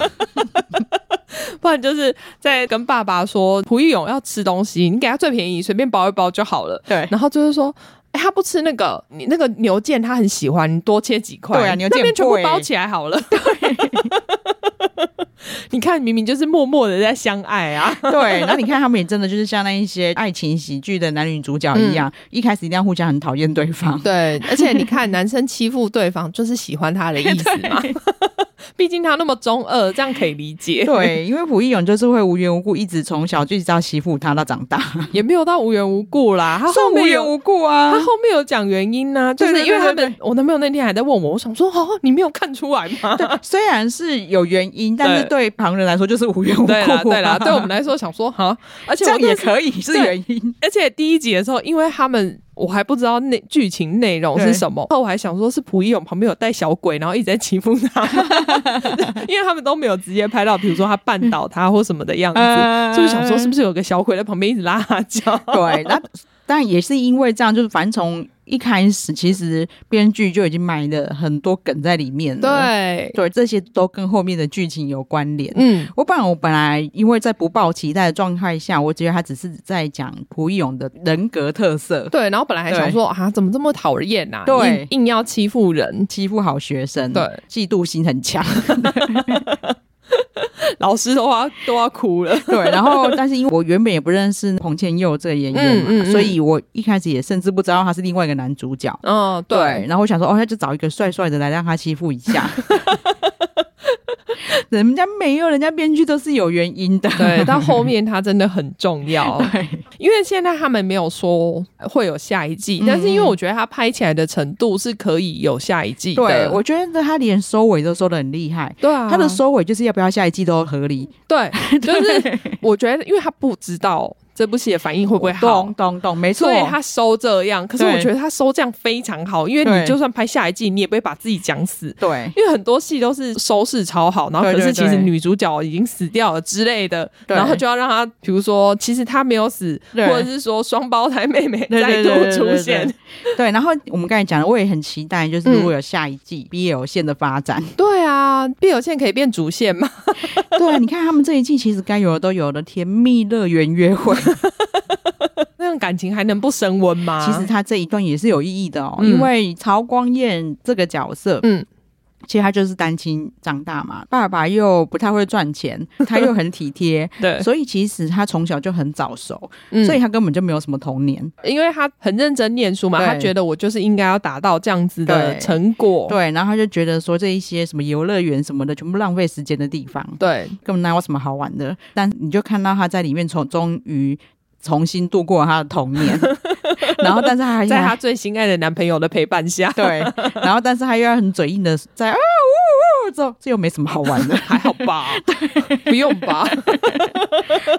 不然就是在跟爸爸说胡一勇要吃东西，你给他最便宜，随便包一包就好了。对然后就是说。哎、他不吃那个，你那个牛腱他很喜欢，你多切几块。对啊牛腱那边全部很贵包起来好了。对， 你看，明明就是默默的在相爱啊。对，然后你看他们也真的就是像那一些爱情喜剧的男女主角一样，嗯一开始一定要互相很讨厌对 方。 对，而且你看，男生欺负对方就是喜欢他的意思 嘛。毕竟他那么中二，这样可以理解。对，因为朴义勇就是会无缘无故一直从小就一直到欺负他到长大，也没有到无缘无故啦。他后算面无有缘无故啊他。后面有讲原因啊呢、就对是因为他对对们，我男朋友那天还在问我，我想说哦，你没有看出来吗？ 对，虽然是有原因，但是对旁人来说就是无缘无故、对啦，啊。对啦，对我们来说想说哈，而且这我样也也，可以是对原因。而且第一集的时候，因为他们我还不知道内剧情内容是对什么，然后我还想说是蒲一勇旁边有带小鬼，然后一直在欺负 他，因为他们都没有直接拍到，比如说他绊倒他或什么的样子，嗯就是想说是不是有个小鬼在旁边一直拉他脚？对，那但也是因为这样，就是反正从一开始，其实编剧就已经埋了很多梗在里面了。对，对，这些都跟后面的剧情有关联。嗯，我本来我本来因为在不抱期待的状态下，我觉得他只是在讲朴义勇的人格特色，对，然后本来还想对说啊，怎么这么讨厌呐？对硬硬要欺负人，欺负好学生，对，嫉妒心很强。老师都要都要哭了。 对，然后但是因为我原本也不认识彭倩佑这个演员嘛，嗯嗯嗯所以我一开始也甚至不知道他是另外一个男主角。嗯，对，，然后我想说，哦，那就找一个帅帅的来让他欺负一下。 人家没有，人家编剧都是有原因 的。对，到后面它真的很重 要，对，因为现在他们没有说会有下一嗯季，但是因为我觉得它拍起来的程度是可以有下一季的。对，我觉得他连收尾都收的很厉害。对啊，他的收尾就是要不要下一季都合理， 对，就是我觉得，因为他不知道这部戏的反应会不会好懂。懂懂，没错所以，他收这样，可是对我觉得他收这样非常好，因为对你就算拍下一季，你也不会把自己讲死，对因为很多戏都是收视超好，然后对可对是其实对女主角已经死掉了之类的，对然后就要让她，比如说其实她没有死，或对者是说双胞胎妹妹对再对度对对出对现，对。然后我们刚才讲的，我也很期待，嗯就是如果有下一季 BL 线的发展， 对啊，必有线可以变主线嘛？ 对，你看他们这一季其实该有的都有了，甜蜜乐园约 会， 那种感情还能不升温吗？其实他这一段也是有意义的哦，啊嗯因为曹光彦这个角色，嗯。其实他就是单亲长大嘛，爸爸又不太会赚钱， 他又很体贴，对，所以其实他从小就很早熟，嗯所以他根本就没有什么童年。因为他很认真念书嘛，对他觉得我就是应该要达到这样子的对成果。对，然后他就觉得说这一些什么游乐园什么的，全部浪费时间的地方，对根本哪有什么好玩的。但你就看到他在里面从终于重新度过他的童 年，然后但是他还在他最心爱的男朋友的陪伴下，对，然后但是他又要很嘴硬的在啊呜呜，这这又没什么好玩的，还好 吧？ 不用吧？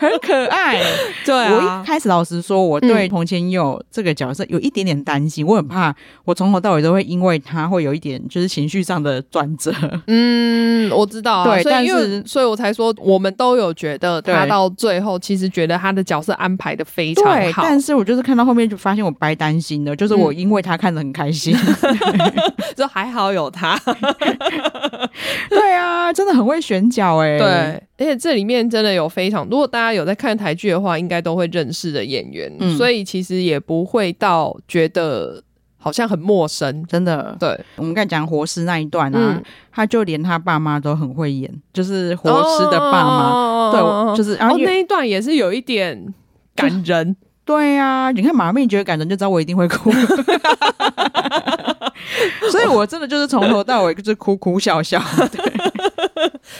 很可爱。嗯对我啊一，开始老实说，我对彭千佑这个角色有一点点担心，我很怕我从头到尾都会因为他会有一点就是情绪上的转折。嗯，我知道啊。对所但以因为是所以我才说，我们都有觉得他对到最后其实觉得他的角色安排的非常对，好，但是我就是看到后面就发现我白担心了，就是我因为他看得很开 心。 就还好有他。对啊，真的很会选角哎、对，而且这里面真的有非常，如果大家有在看台剧的话，应该都会认识的演员，嗯所以其实也不会到觉得好像很陌生。真的，对，我们刚才讲活尸那一段啊，嗯他就连他爸妈都很会演，就是活尸的爸妈。妈对，我就是是，然然后后因为、哦那一段也是有一点感人，对啊，你看马妹觉得感人，就知道我一定会 哭。所以，我真的就是从头到尾就是哭哭笑笑。哦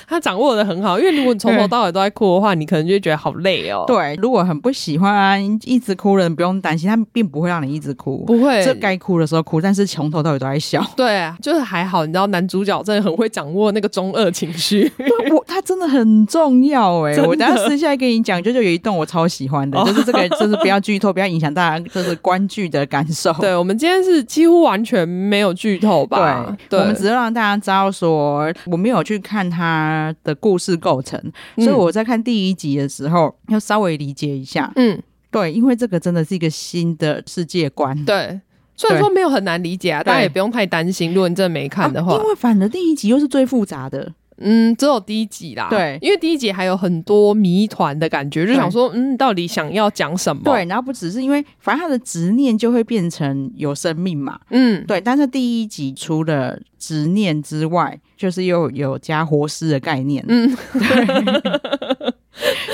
他掌握的很好。因为如果你从头到尾都在哭的话，你可能就会觉得好累哦。，对，如果很不喜欢一直哭的人，不用担心，他并不会让你一直哭。不会这。该哭的时候哭，但是从头到尾都在 笑。对，啊就是还好，你知道男主角真的很会掌握那个中二 情绪。对我他真的很重要哎、真的哦我等一下私下跟你讲，就是有一段我超喜欢的，就是这个，就是不要剧透，不要影响大家就是观剧的感 受。对，我们今天是几乎完全没有剧透吧？我们只是让大家知道说，我没有去看他的故事构成，嗯所以我在看第一集的时候要稍微理解一下。嗯，对，因为这个真的是一个新的世界观。对。虽然对说没有很难理解啊，大家对也不用太担心。如果你真的没看的话，啊因为反而第一集又是最复杂的，嗯，只有第一集啦。对因为第一集还有很多谜团的感觉，就对想说，嗯，到底想要讲什么？对，，然后不只是因为，反正他的执念就会变成有生命嘛，嗯，对。但是第一集除了执念之外，就是又有加活尸的概念，嗯，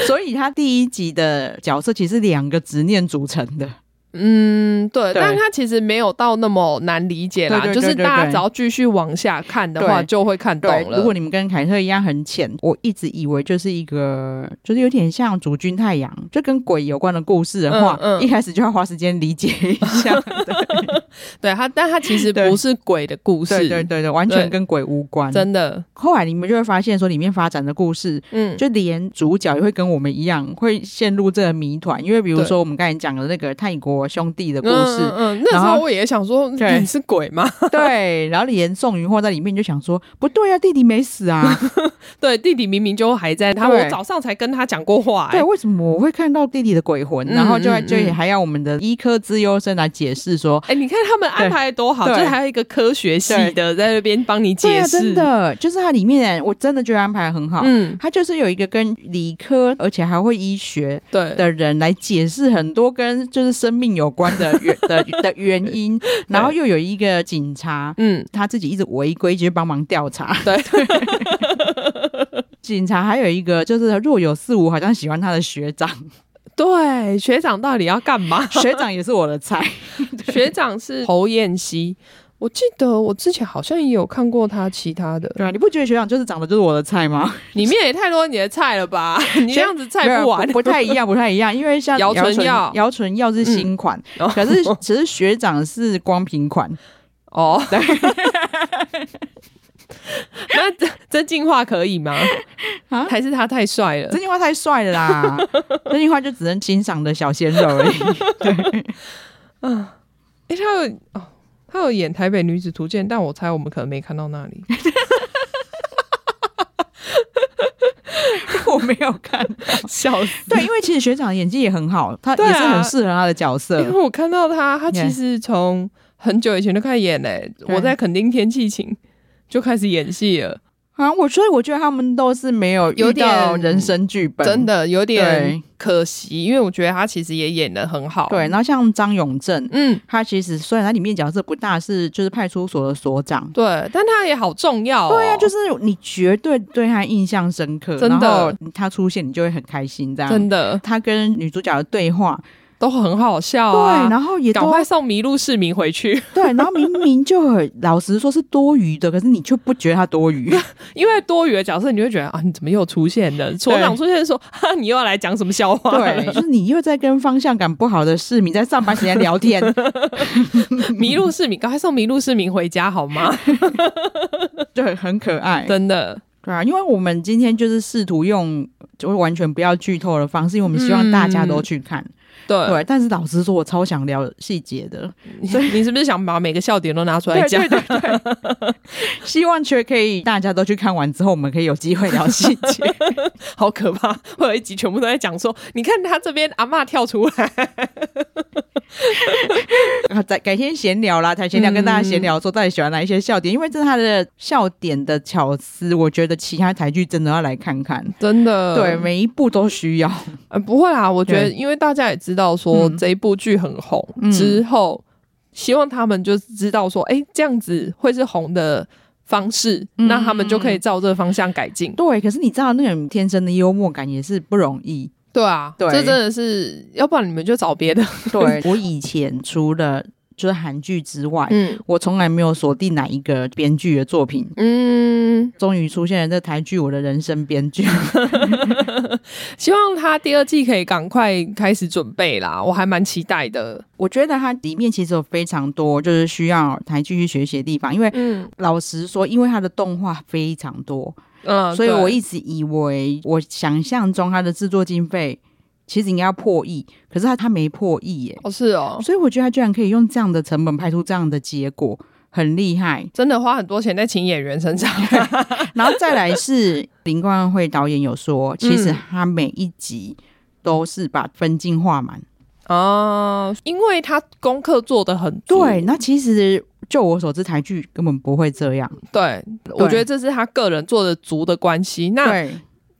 所以他第一集的角色其实是两个执念组成的，嗯，对，对但它其实没有到那么难理解啦，对对就对是对大家对只要继续往下看的话，对就会看懂对，了。如果你们跟凯特一样很浅，我一直以为就是一个，就是有点像《主君太阳》就跟鬼有关的故事的话，嗯嗯一开始就要花时间理解一 下。对它，但它其实对不是鬼的故事，对对对对，完全跟鬼无关。真的，后来你们就会发现，说里面发展的故事，嗯，就连主角也会跟我们一样，会陷入这个谜团。因为比如对说我们刚才讲的那个泰国兄弟的故嗯事，嗯，那时然后候我也想说，对你是鬼吗？ 对，然后连宋云货在里面就想说，不对啊，弟弟没死 啊，对，弟弟明明就还在他，对我早上才跟他讲过话、对，欸，为什么我会看到弟弟的鬼魂？嗯然后就嗯就也嗯还要我们的医科资优生来解释说，哎、你看他们安排得多好，就对是还有一个科学系的在那边帮你对解啊，释，真的，就是它里面我真的觉得安排得很好。嗯，它就是有一个跟理科，而且还会医学对，的人来解释很多跟就是生命有关的原的的原 因，然后又有一个警察，嗯， 他自己一直违规，就去帮忙调查。对， 警察还有一个就是若有似无，好像喜欢他的学 长，对，学长到底要干嘛？ 学长也是我的菜。学长是侯彦希，我记得我之前好像也有看过他其他的，对啊，你不觉得学长就是长得就是我的菜吗？ 里面也太多你的菜了吧？ 你这样子菜不完没有，不太一样，不太一样，因为 像姚姚纯耀姚纯耀是新款，嗯可是 只是学长是光屏 款，哦。那曾曾进化可以吗啊？还是他太帅了真？心话太帅了 啦，真心话就只能欣赏的小鲜肉而已。哎、他有哦，他有演《台北女子图鉴》，但我猜我们可能没看到那里。 我没有看，笑死！对，因为其实学长的演技也很好，他对也啊是很适合他的角色。 因为我看到他，他 Yeah 其实从很久以前就开始演嘞、对我在垦丁天气晴就开始演戏了，啊，我所以我觉得他们都是没有遇有点到人生剧本，真的有点对可惜，因为我觉得他其实也演的很好。对。，然后像张永正，嗯，他其实虽然他里面角色不大，是就是派出所的所长。对，但他也好重要、对啊，就是是你绝对对他印象深刻，哦真然的后他出现你就会很开心，这样。真的他跟女主角的对话，都很好笑对，啊。然后也赶都快送麋鹿市民回去，对，然后明明就很老实说是多余的，可是你却不觉得他多余。因为多余的角色你就会觉得啊，你怎么又出现了？所长出现说，哈、你又要来讲什么笑话了？对，就是你又在跟方向感不好的市民在上班时间聊 天，麋鹿市民，赶快送麋鹿市民回家好吗？对，很可爱。真的，对啊，因为我们今天就是试图用就是完全不要剧透的方式，因为我们希望大家都去看。对，对，但是老实说，我超想聊细节的，你你是不是想把每个笑点都拿出来讲？对对对对， 希望却可以大家都去看完之后，我们可以有机会聊细节。好可怕！会有一集全部都在讲说，你看他这边阿嬷跳出来，啊，改改天闲聊啦，才闲聊嗯跟大家闲聊说到底喜欢哪一些笑点，因为这是他的笑点的巧思，我觉得其他台剧真的要来看看。真的对，每一部都需要。呃，不会啦，我觉得对因为大家也知道说嗯这一部剧很红、嗯之后，希望他们就知道说，哎、这样子会是红的方式，嗯那他们就可以照这个方向改进。对，可是你知道那种天生的幽默感也是不容易。对啊，对这真的是，要不然你们就找别的。对我以前除了就是韩剧之外，嗯我从来没有锁定哪一个编剧的作品。嗯，终于出现了这台剧《我的人生编剧》 希望他第二季可以赶快开始准备啦，我还蛮期待的。我觉得它里面其实有非常多就是需要台剧去学习的地方，因为嗯老实说，因为它的动画非常多，嗯所以我对一直以为我想象中它的制作经费其实应该要破亿，可是它它没破亿耶，哦是哦，。所以我觉得它居然可以用这样的成本拍出这样的结果，很厉害真的花很多钱在请演员身上。然后再来 是林冠慧导演有说，其实他每一集都是把分镜画满。 哦，因为他功课做的很足对，那其实就我所知，台剧根本不会这样。对，我觉得这是他个人做的足的关系。那对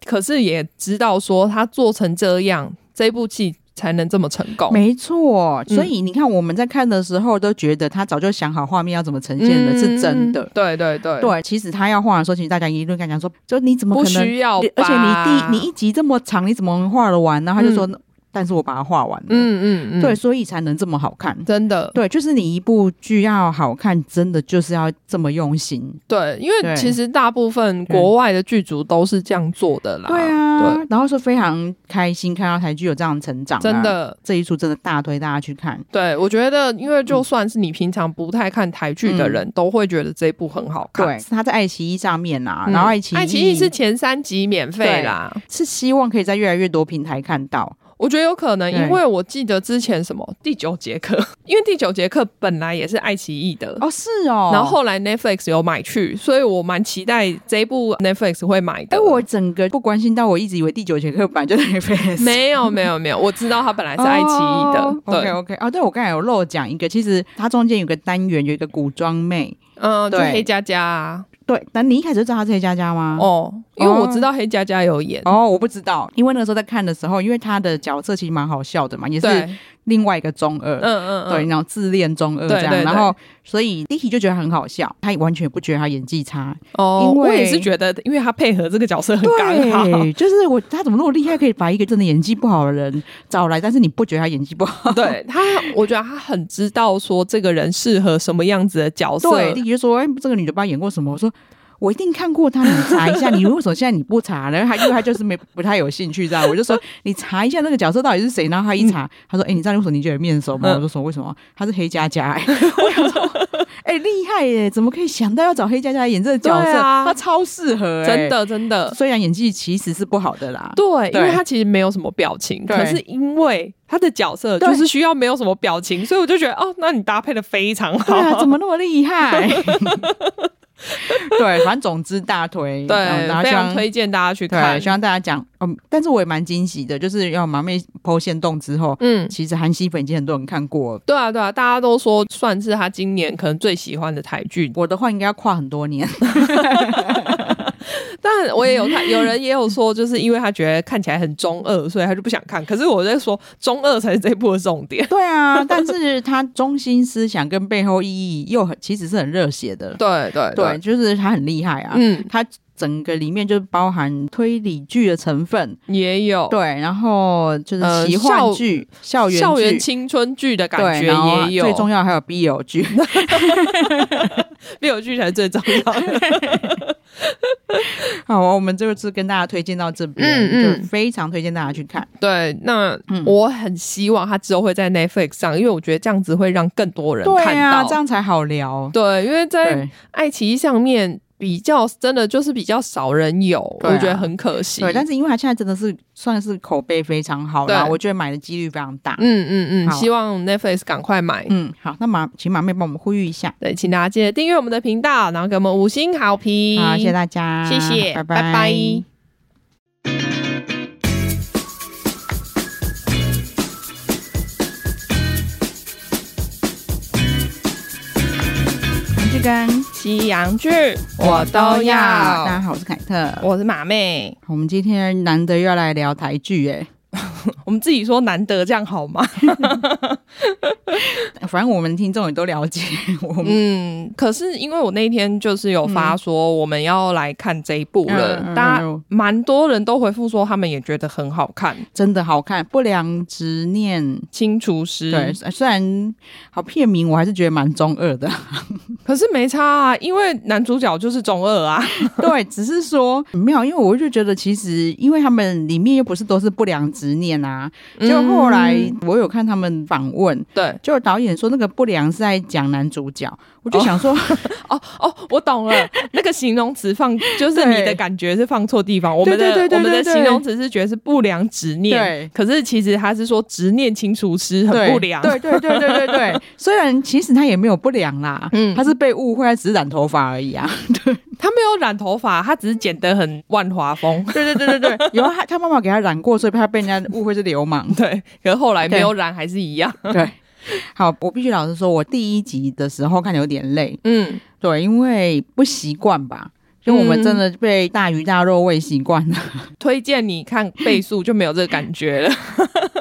可是也知道说他做成这样，这部戏才能这么成功。没错，嗯所以你看我们在看的时候都觉得他早就想好画面要怎么呈现了，嗯是真的。对对对，对，其实他要画的时候，其实大家一顿跟他讲说，就你怎么不可能？需要吧。而且你第你一集这么长，你怎么能画得完？然后他就说，但是我把它画完了。嗯嗯嗯，对，，所以才能这么好看。真的对，就是你一部剧要好看，真的就是要这么用心。对，因为对其实大部分国外的剧组都是这样做的啦。对啊，然后是非常开心看到台剧有这样的成长、啊对，真，的。这一出真的大推大家去看。对，我觉得，因为嗯就算是你平常不太看台剧的人，都会觉得这一部很好看。对，他在爱奇艺上面啊，嗯然后爱奇艺爱奇艺是前三集免费啦。是希望可以在越来越多平台看到。我觉得有可能，对因为我记得之前什么第九节课， 因为第九节课本来也是爱奇艺的，哦，是哦。呃然后后来 Netflix 有买去，所以我蛮期待这一部 Netflix 会买的。哎，我整个不关心到，我一直以为第九节课版就是 Netflix， 没有没有没有，我知道它本来是爱奇艺的， OK 对， OK，哦，对我刚才有漏讲一个，其实它中间有个单元，有一个古装妹。嗯，就对嗯黑加加啊，对，但你一开始就知道她是黑佳佳吗？，哦，因为我知道黑佳佳有演，哦，我不知道，因为那个时候在看的时候，因为他的角色其实蛮好笑的嘛，也对，是另外一个中嗯二，嗯嗯，对，然后自恋中二对这样，对对然后所以 Dicky 就觉得很好笑，他也完全不觉得他演技差，哦，因为我也是觉得，因为他配合这个角色很刚好， 对，就是我他怎么那么厉害，可以把一个真的演技不好的人找来，但是你不觉得他演技不好？ 对他，我觉得他很知道说这个人适合什么样子的角色，对，弟弟就说：“哎、这个女的帮演过什么？”我说：“我一定看过她，你查一下。你为什么现在你不查呢？”然后他因为他就是没 不太有兴趣这样，我就说：“你查一下那个角色到底是谁。”然后他一查，他说：“哎、你知道为什么你觉得面熟吗？”嗯我就说：“为什么？他是黑佳佳、哎我想说：“哎、厉害耶！怎么可以想到要找黑佳佳来演这个角色？对啊他超适合、哎真。的真的，虽然演技其实是不好的啦，对，啊因对为他其实没有什么表情，对可是因为他的角色对就是需要没有什么表情，所以我就觉得哦，那你搭配的非常对好，啊，怎么那么厉害？ 对，反正总之大推，对嗯然后非希常望推荐大家去看对，希。望大家讲，嗯，但是我也蛮惊喜的，就是要马妹剖线动之后，嗯，其实韩熙粉已经很多人看过了。对啊，对啊，大家都说算是他今年可能最喜欢的台剧，我的话应该要跨很多 年，但我也有看，有人也有说，就是因为他觉得看起来很中二，所以他就不想看。可是我在说，中二才是这部的重点。对啊，但是他中心思想跟背后意义又很，其实是很热血的，对对 对，，就是他很厉害啊，嗯，他整个里面就包含推理剧的成分，也有对，然后就是哦呃奇幻剧、校园校园剧。青春剧的感对，觉然后也有，最重要还有 BL 剧，没有剧才是最重 要的。好啊，我们这次跟大家推荐到这边，嗯嗯就非常推荐大家去看。对，那嗯我很希望他之后会在 Netflix 上，因为我觉得这样子会让更多人对看啊，到。这样才好聊。对，因为在对爱奇艺上面比较真的就是比较少人有，对啊我觉得很可惜。对，但是因为它现在真的是算是口碑非常好啦，对我觉得买的几率非常大。嗯嗯嗯，好希望 Netflix 赶快买。嗯，好，那马请马妹帮我们呼吁一下，对，请大家记得订阅我们的频道，然后给我们五星好评。好，谢谢大家，嗯谢谢拜拜拜去跟西洋剧我都大家要。好，我是凯特。我是马妹，我们今天难得要来聊台剧，哎，我们自己说难得这样好吗？反正我们听众也都了解， 我们嗯，可是因为我那天就是有发说我们要来看这一部了，嗯嗯嗯嗯大家蛮多人都回复说他们也觉得很好看，《真的好看，《不良执念》清除师》对，，虽然好片名，我还是觉得蛮中二的。可是没差啊，因为男主角就是中二啊， 对，只是说没有，因为我就觉得其实，因为他们里面又不是都是不良执念啊。 就后来嗯我有看他们访问，对就导演说那个不良是在讲男主角，我就想说，哦哦，我 懂了，那个形容词放就是你对的感觉是放错地方，我们的对对对对我们对的对形容词是觉得是不良执 念，对。可是其实他是说执念清除师对很不良，对对对对对 对，虽然其实他也没有不良啦，嗯他是被误会，他只是染头发而已 啊。 他没有染头发，他只是剪得很万华风。 对对对对对， 有啊他他妈妈给他染过，所以他被人家误会是流 氓。对，可是后来没有染还是一样。对，好，我必须老实说，我第一集的时候看得有点累，嗯，对，因为不习惯吧，就我们真的被大鱼大肉喂习惯了。推荐你看倍速就没有这个感觉了。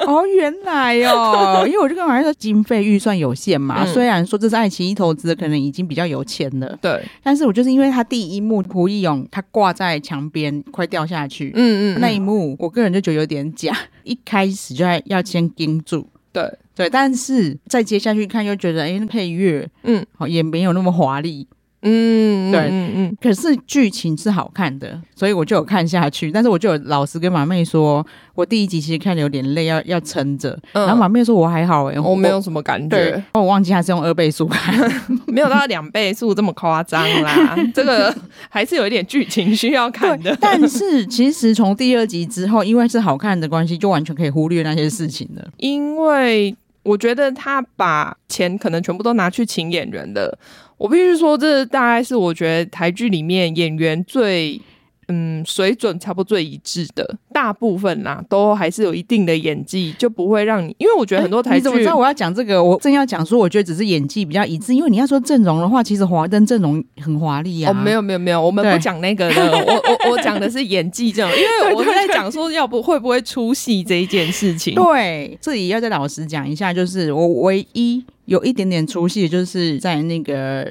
哦，原来哦， 因为我就跟我说经费预算有限嘛，嗯虽然说这是爱奇艺投资的，可能已经比较有钱了，对，但是我就是因为他第一幕胡一勇他挂在墙边快掉下去。嗯嗯，那一幕，我个人就觉得有点假。 一开始就要要先盯住，对，对，但是再接下去看又觉得，哎、那配乐嗯好也没有那么华丽，嗯，对嗯嗯可是剧情是好看的，所以我就有看下去。但是我就有老实跟马妹说，我第一集其实看的有点累，要要撑着。嗯，然后马妹说我还好哎、欸，我没有什么感对觉，，我忘记她是用二倍速看。 没有到两倍速这么夸张 啦。这个还是有一点剧情需要看的。但是其实从第二集之后，因为是好看的关系，就完全可以忽略那些事情了。因为我觉得他把钱可能全部都拿去请演员了。我必须说，这大概是我觉得台剧里面演员最嗯水准差不多最一致的，大部分啦、都还是有一定的演技，就不会让你，因为我觉得很多哎台你剧、怎么知道我要讲这个？我正要讲说，我觉得只是演技比较一致，因为你要说阵容的话，其实华灯阵容很华丽啊。哦，没有没有没有，我们对不讲那个的，我我我讲的是演技 这种，因为我是在讲说要不会不会出戏这一件事情。对，这里要再老实讲一下，就是我唯一有一点点出戏，就是在那个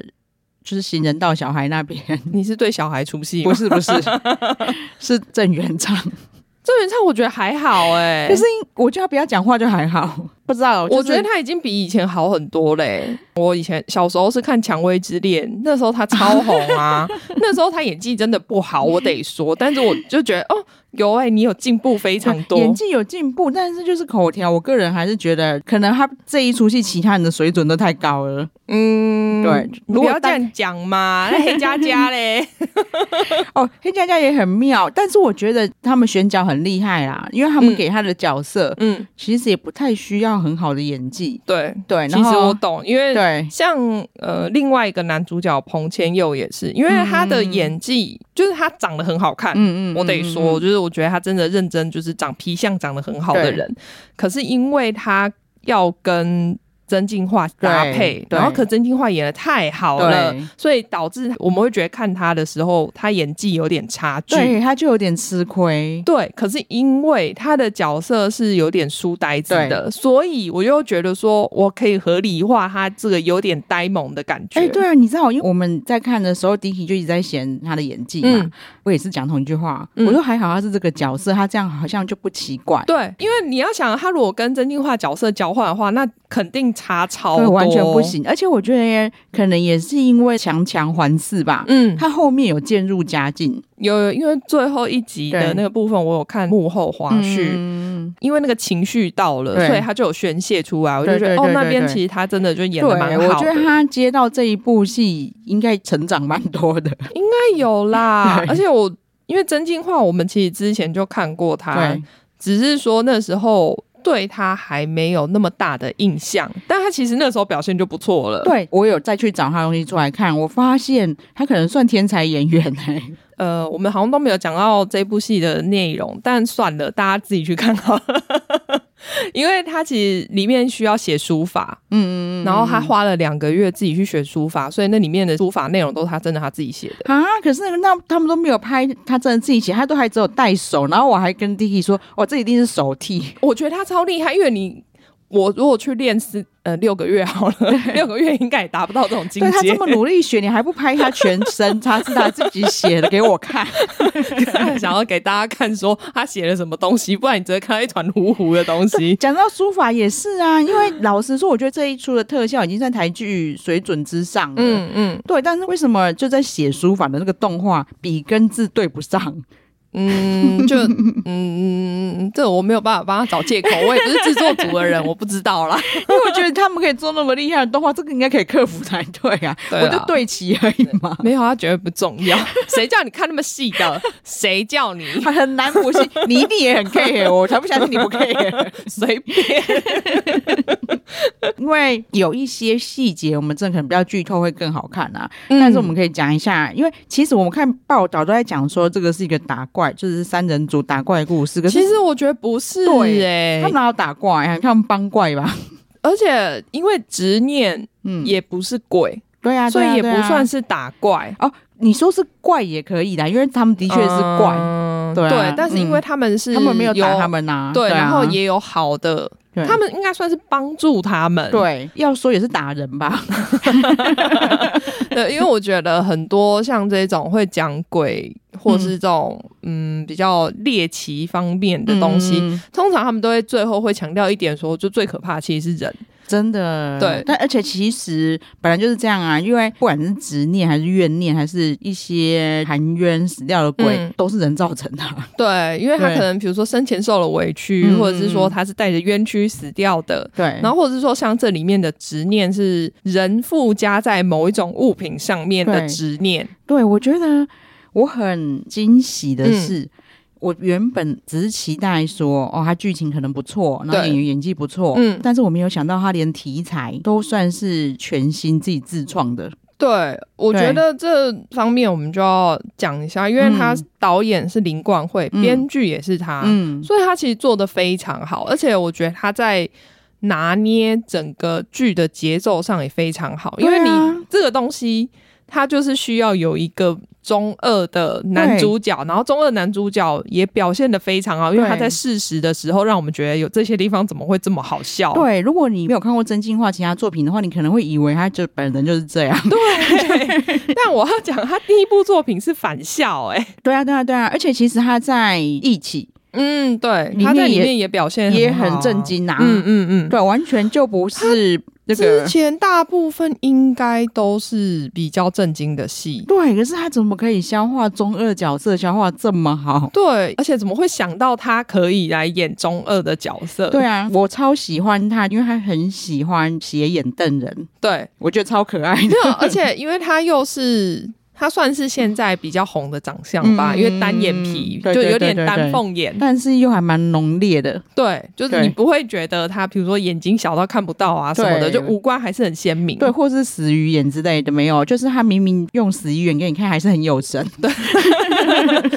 就是行人道小孩那边，你是对小孩出戏吗不？是不是， 是郑元畅。郑元畅我觉得还好哎、可是我觉得他不要讲话就还好，不知道，我就是觉得他已经比以前好很多嘞、我以前小时候是看《蔷薇之恋》，那时候他超红 啊，那时候他演技真的不好，我得说，但是我就觉得哦，有哎、你有进步非常多。啊演技有进步，但是就是口条，我个人还是觉得可能他这一出戏其他人的水准都太高 了。嗯，对你如不果要这单样讲嘛，那黑佳 佳嘞，哦，黑佳佳也很妙，但是我觉得他们选角很厉害啦，因为他们嗯给他的角色、嗯，其实也不太需要很好的演技。对，对，其然实后我懂，因为对像呃，另外一个男主角彭千佑也是，因为他的演技、就是他长得很好看，嗯嗯，我得嗯说，嗯就是我觉得他真的认真，就是长皮相长得很好的人。可是因为他要跟曾静化搭配对，对然后可曾静化演的太好了对，所以导致我们会觉得看他的时候，他演技有点差距。对，他就有点吃亏。对，可是因为他的角色是有点书呆子的，所以我又觉得说我可以合理化他这个有点呆萌的感觉。哎，对啊，你知道，因为我们在看的时候，迪奇就一直在嫌他的演技嘛，嗯，我也是讲同一句话，嗯我说还好他是这个角色，他这样好像就不奇怪，对，因为你要想，他如果跟真心话角色交换的话，那肯定差超对多，哦完全不。行。而且我觉得可能也是因为强强环视吧，嗯，他后面有渐入佳境，有有因为最后一集的对那个部分，我有看幕后花絮，嗯因为那个情绪到了，对所以他就有宣泄出来。我就觉对对得对哦，那对边对其实他真的就对，啊演的蛮好我的。觉得他接到这一部戏应该成长蛮多的。应该有啦 对，而且我因为真心话，我们其实之前就看过他对，，只是说那时候对他还没有那么大的印象，但他其实那时候表现就不错了。，对我有再去找他的东西出来看，我发现他可能算天才演员哎、呃，我们好像都没有讲到这部戏的内容，但算了，大家自己去看好了。 因为他其实里面需要写书法，嗯嗯然后他花了两个月自己去学书法，所以那里面的书法内容都是他真的他自己写的。啊！可是那个那他们都没有拍，他真的自己写，他都还只有带手，然后我还跟 Dicky 说，哦，这一定是手替，我觉得他超厉害，因为你我如果去练四呃六个月 好了，六个月应该也达不到这种境对他这界。么努力学，你还不拍他全身，他是他自己写的给我 看， 想要给大家看说他写了什么东西，不然你只会看到一团糊糊的东西。讲到书法也是啊，因为老实说，我觉得这一出的特效已经在台剧水准之上了。嗯，嗯嗯对，但是为什么就在写书法的那个动画笔跟字对不 上？嗯，就嗯，这我没有办法帮他找借口，我也不是制作组的人，我不知道啦。 因为我觉得他们可以做那么厉害的动画，这个应该可以克服才对啊。对我啦就对齐而已嘛，没有，他绝对不重要。谁叫你看那么细的？谁叫你很难不信。 你一定也很 care，我才不相信你不 care。随便？因为有一些细节，我们这可能比较剧透会更好看啊。嗯但是我们可以讲一下，因为其实我们看报道都在讲说，这个是一个打怪，就是三人组打怪的故事。可是其实我觉得不是对哎、他们哪有打怪啊？他们帮怪吧？而且因为执念嗯，也不是鬼，对啊，所以也不算是。哦是打怪，你说是怪也可以的，因为他们的的确是怪，对啊嗯但是因为他们是他们没有打他，们呐、对，啊然后也有好的，对他们应该算是帮助他们，对要说也是打人吧？ 对，因为我觉得很多像这种会讲鬼或是这种嗯比较猎奇方面的东西，嗯通常他们都会最后会强调一点说，就最可怕的其实是人，真的，对但而且其实本来就是这样啊，因为不管是执念还是怨念，还是一些含冤死掉的鬼，嗯都是人造成的啊、 对，因为他对可能比如说生前受了委屈，嗯或者是说嗯他是带着冤屈死掉的，对，然后或者是说像这里面的执念是人附加在某一种物品上面的对执念，对我觉得我很惊喜的是。嗯我原本只是期待说，哦，他剧情可能不错，然后对演员演技不错，嗯但是我没有想到他连题材都算是全新自己自创的，对，我对觉得这方面我们就要讲一下，因为他嗯导演是林冠慧，嗯编剧也是他，嗯，所以他其实做的非常好，而且我觉得他在拿捏整个剧的节奏上也非常好，因为对啊你这个东西，它就是需要有一个中二的男主角，然后中二男主角也表现的非常好，因为对他在适时的时候让我们觉得有这些地方怎么会这么好笑？对，如果你没有看过真心话其他作品的话，你可能会以为他就本人就是这样。对， 但我要讲他第一部作品是返校、欸，哎，对啊，对啊，对啊，而且其实他在一起嗯，对，里面他在里也面也表现也很好很啊震，惊呐、嗯嗯嗯，对，完全就不是那之个。前大部分应该都是比较震惊的戏，对，可是他怎么可以消化中二角色消化这么好？对，而且怎么会想到他可以来演中二的角色？对啊，我超喜欢他，因为他很喜欢斜眼瞪人，对，我觉得超可爱的 没。有，而且因为他又是。他算是现在比较红的长相吧，嗯因为单眼皮对就对有对点对丹对凤眼，但是又还蛮浓烈的，对，就是对你不会觉得他，比如说眼睛小到看不到啊什么的，对就五官还是很鲜明。对，或是死鱼眼之类的，没有，就是他明明用死鱼眼给你看，还是很有 神。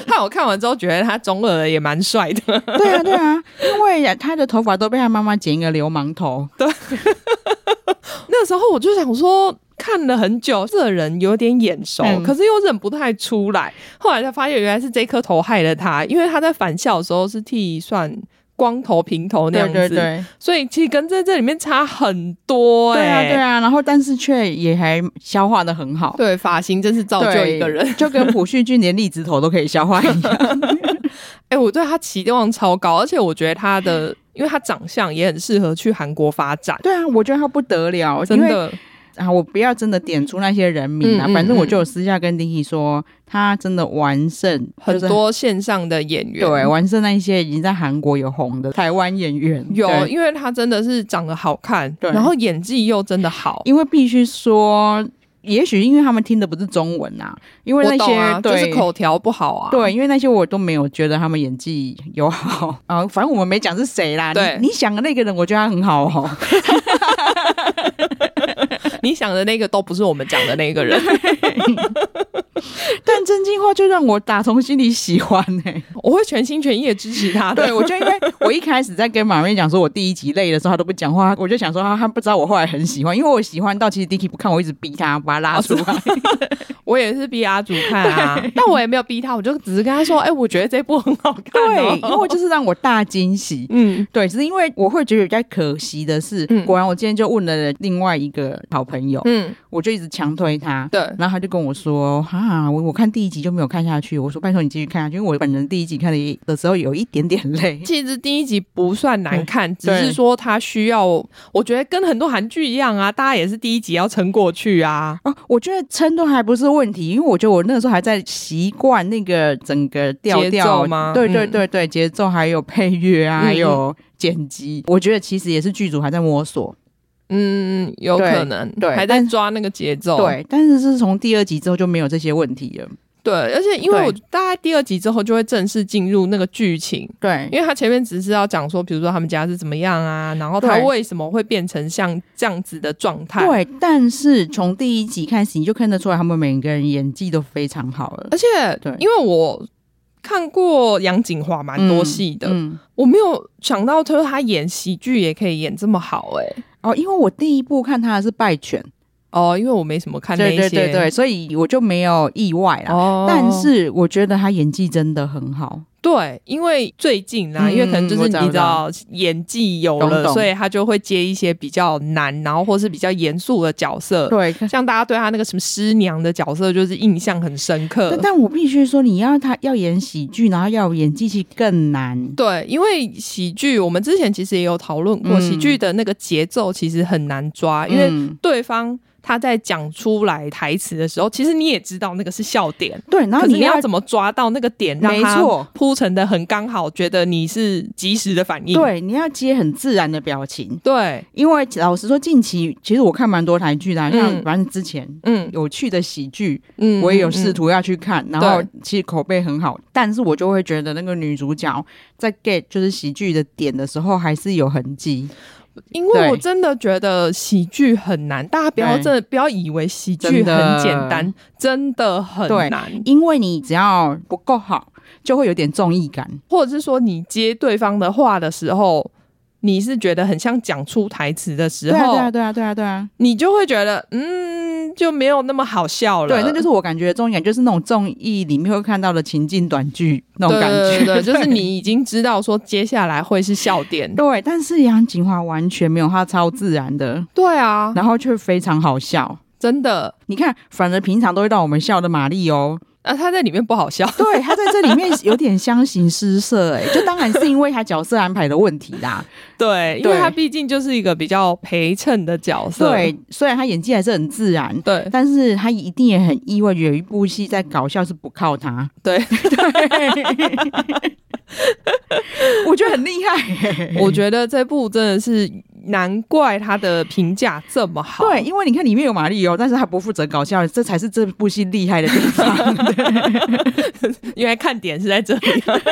看我看完之 后觉得他中二也蛮帅的，对啊，对啊，因为他的头发都被他妈妈剪一个流氓头，那时候我就想说，看了很久，这人有点眼熟，嗯可是又认不太出来。后来才发现，原来是这颗头害了他，因为他在返校的时候是剃算光头、平头那样对子，对对，所以其实跟在这里面差很多、对啊哎，对啊，然后但是却也还消化的很好，对发型真是造就一个人。对，就跟朴叙俊连栗子头都可以消化一 样。哎、我对他期望超高，而且我觉得他的，因为他长相也很适合去韩国发展，对啊，我觉得他不得了，真哦因为的。啊，我不要真的点出那些人名啊，嗯嗯反正我嗯就有私下跟丁 i 说，他真的完胜很。就是多线上的演员，对，完胜那一些已经在韩国有红的台湾演员，有，对因为他真的是长得好看，对然后演技又真的好，因为必须说，也许因为他们听的不是中文啊，因为我那懂些、啊，就对是口条不好啊。对，因为那些我都没有觉得他们演技有好 啊、反正我们没讲是谁啦。对你，你想的那个人，我觉得他很好哦。 你想的那个都不是我们讲的那个人。但真心话就让我打从心里喜欢呢、 啊我会全心全意的支持他的。对，我就因为我一开始在跟马瑞讲说我第一集累的时候，他都不讲话，我就想说他啊他不知道我后来很喜欢，因为我喜欢到其实 Dicky 不看，我一直逼他把他哦拉出来。我也是逼阿祖看啊， 但我也没有逼他，我就只是跟他说，哎、我觉得这部很好看、对，因为哦。我就是让我大惊喜。嗯，对，只是因为我会觉得比较可惜的是，嗯果然我今天就问了另外一个好朋友，嗯，我就一直强推他，对。然后他就跟我说：“哈，我我看第一集就没有看下去。”我说：“拜托你继续看下去，因为我本人第一集看的的时候有一点点累。 其实第一集不算难看，只对是说它需要，我觉得跟很多韩剧一样啊，大家也是第一集要撑过去啊”。哦，我觉得撑都还不是问题，因为我觉得我那个时候还在习惯那个整个调节调奏吗对对嗯对对，节奏还有配乐啊，嗯还有剪辑，我觉得其实也是剧组还在摸索。嗯，有对可能，对还在但抓那个节奏。对，但是是从第二集之后就没有这些问题了。对，而且因为对我大概第二集之后就会正式进入那个剧情，对，因为他前面只是要讲说，比如说他们家是怎么样啊，然后他对为什么会变成像这样子的状态。，对，但是从第一集开始，你就看得出来他们每个人演技都非常好了，而且对因为我看过杨锦华蛮多戏的，嗯嗯我没有想到他说他演喜剧也可以演这么好哎、哦，因为我第一部看他的是《败犬》，哦，因为我没什么看那对些，对对对，所以我就没有意外啦。哦，但是我觉得他演技真的很好，对，因为最近啊，嗯因为可能就是我知道你知道演技有懂了，懂所以他就会接一些比较难，然后或是比较严肃的角色。对。像大家对他那个什么师娘的角色，就是印象很深刻但。但我必须说，你要他要演喜剧，然后要有演技其实更难。对，因为喜剧，我们之前其实也有讨论过，嗯喜剧的那个节奏其实很难抓，因为嗯对方他在讲出来台词的时候，其实你也知道那个是笑点，对，然后可是你你要要怎么抓到那个点，让没它错铺陈的很刚好，觉得你是及时的反应。对你要接很自然的表情，对，因为老实说，近期其实我看蛮多台剧的啊、嗯像反正之前嗯有趣的喜剧，嗯我也有试图。图要去看，然后其实口碑很好，但是我就会觉得那个女主角在 get 就是喜剧的点的时候，还是有痕迹。因为我对真的觉得喜剧很难，大家不要对真的不要以为喜剧真的很简单，真的很对难，因为你只要不够好，就会有点综艺感。或者是说你接对方的话的时候，你是觉得很像讲出台词的时对啊，候，对啊，对啊，对啊，对啊，你就会觉得嗯就没有那么好笑了。对，那就是是我感觉的综艺感，就是那种综艺里面会看到的情境短剧那种感对觉。。对对，就是你已经知道说接下来会是笑点 对，但是杨锦华完全没有，她超自然的，对啊，然后却非常好笑。真的。你看，反而平常都会让我们笑的玛丽哦，啊，他在里面不好笑，对她在这里面有点相形失色、哎，就当然是因为她角色安排的问题啦。对，因 为对他毕竟就是一个比较陪衬的角色， 对，虽然她演技还是很自然， 对但是她一定也很意外，有一部戏在搞笑是不靠她。对， 我觉得很厉害、哎我觉得这部真的是难怪他的评价这么好。对，，因为你看里面有玛丽哦，但是她不负责搞笑，这才是这部戏厉害的地 方。因为看点是在这里，啊 而且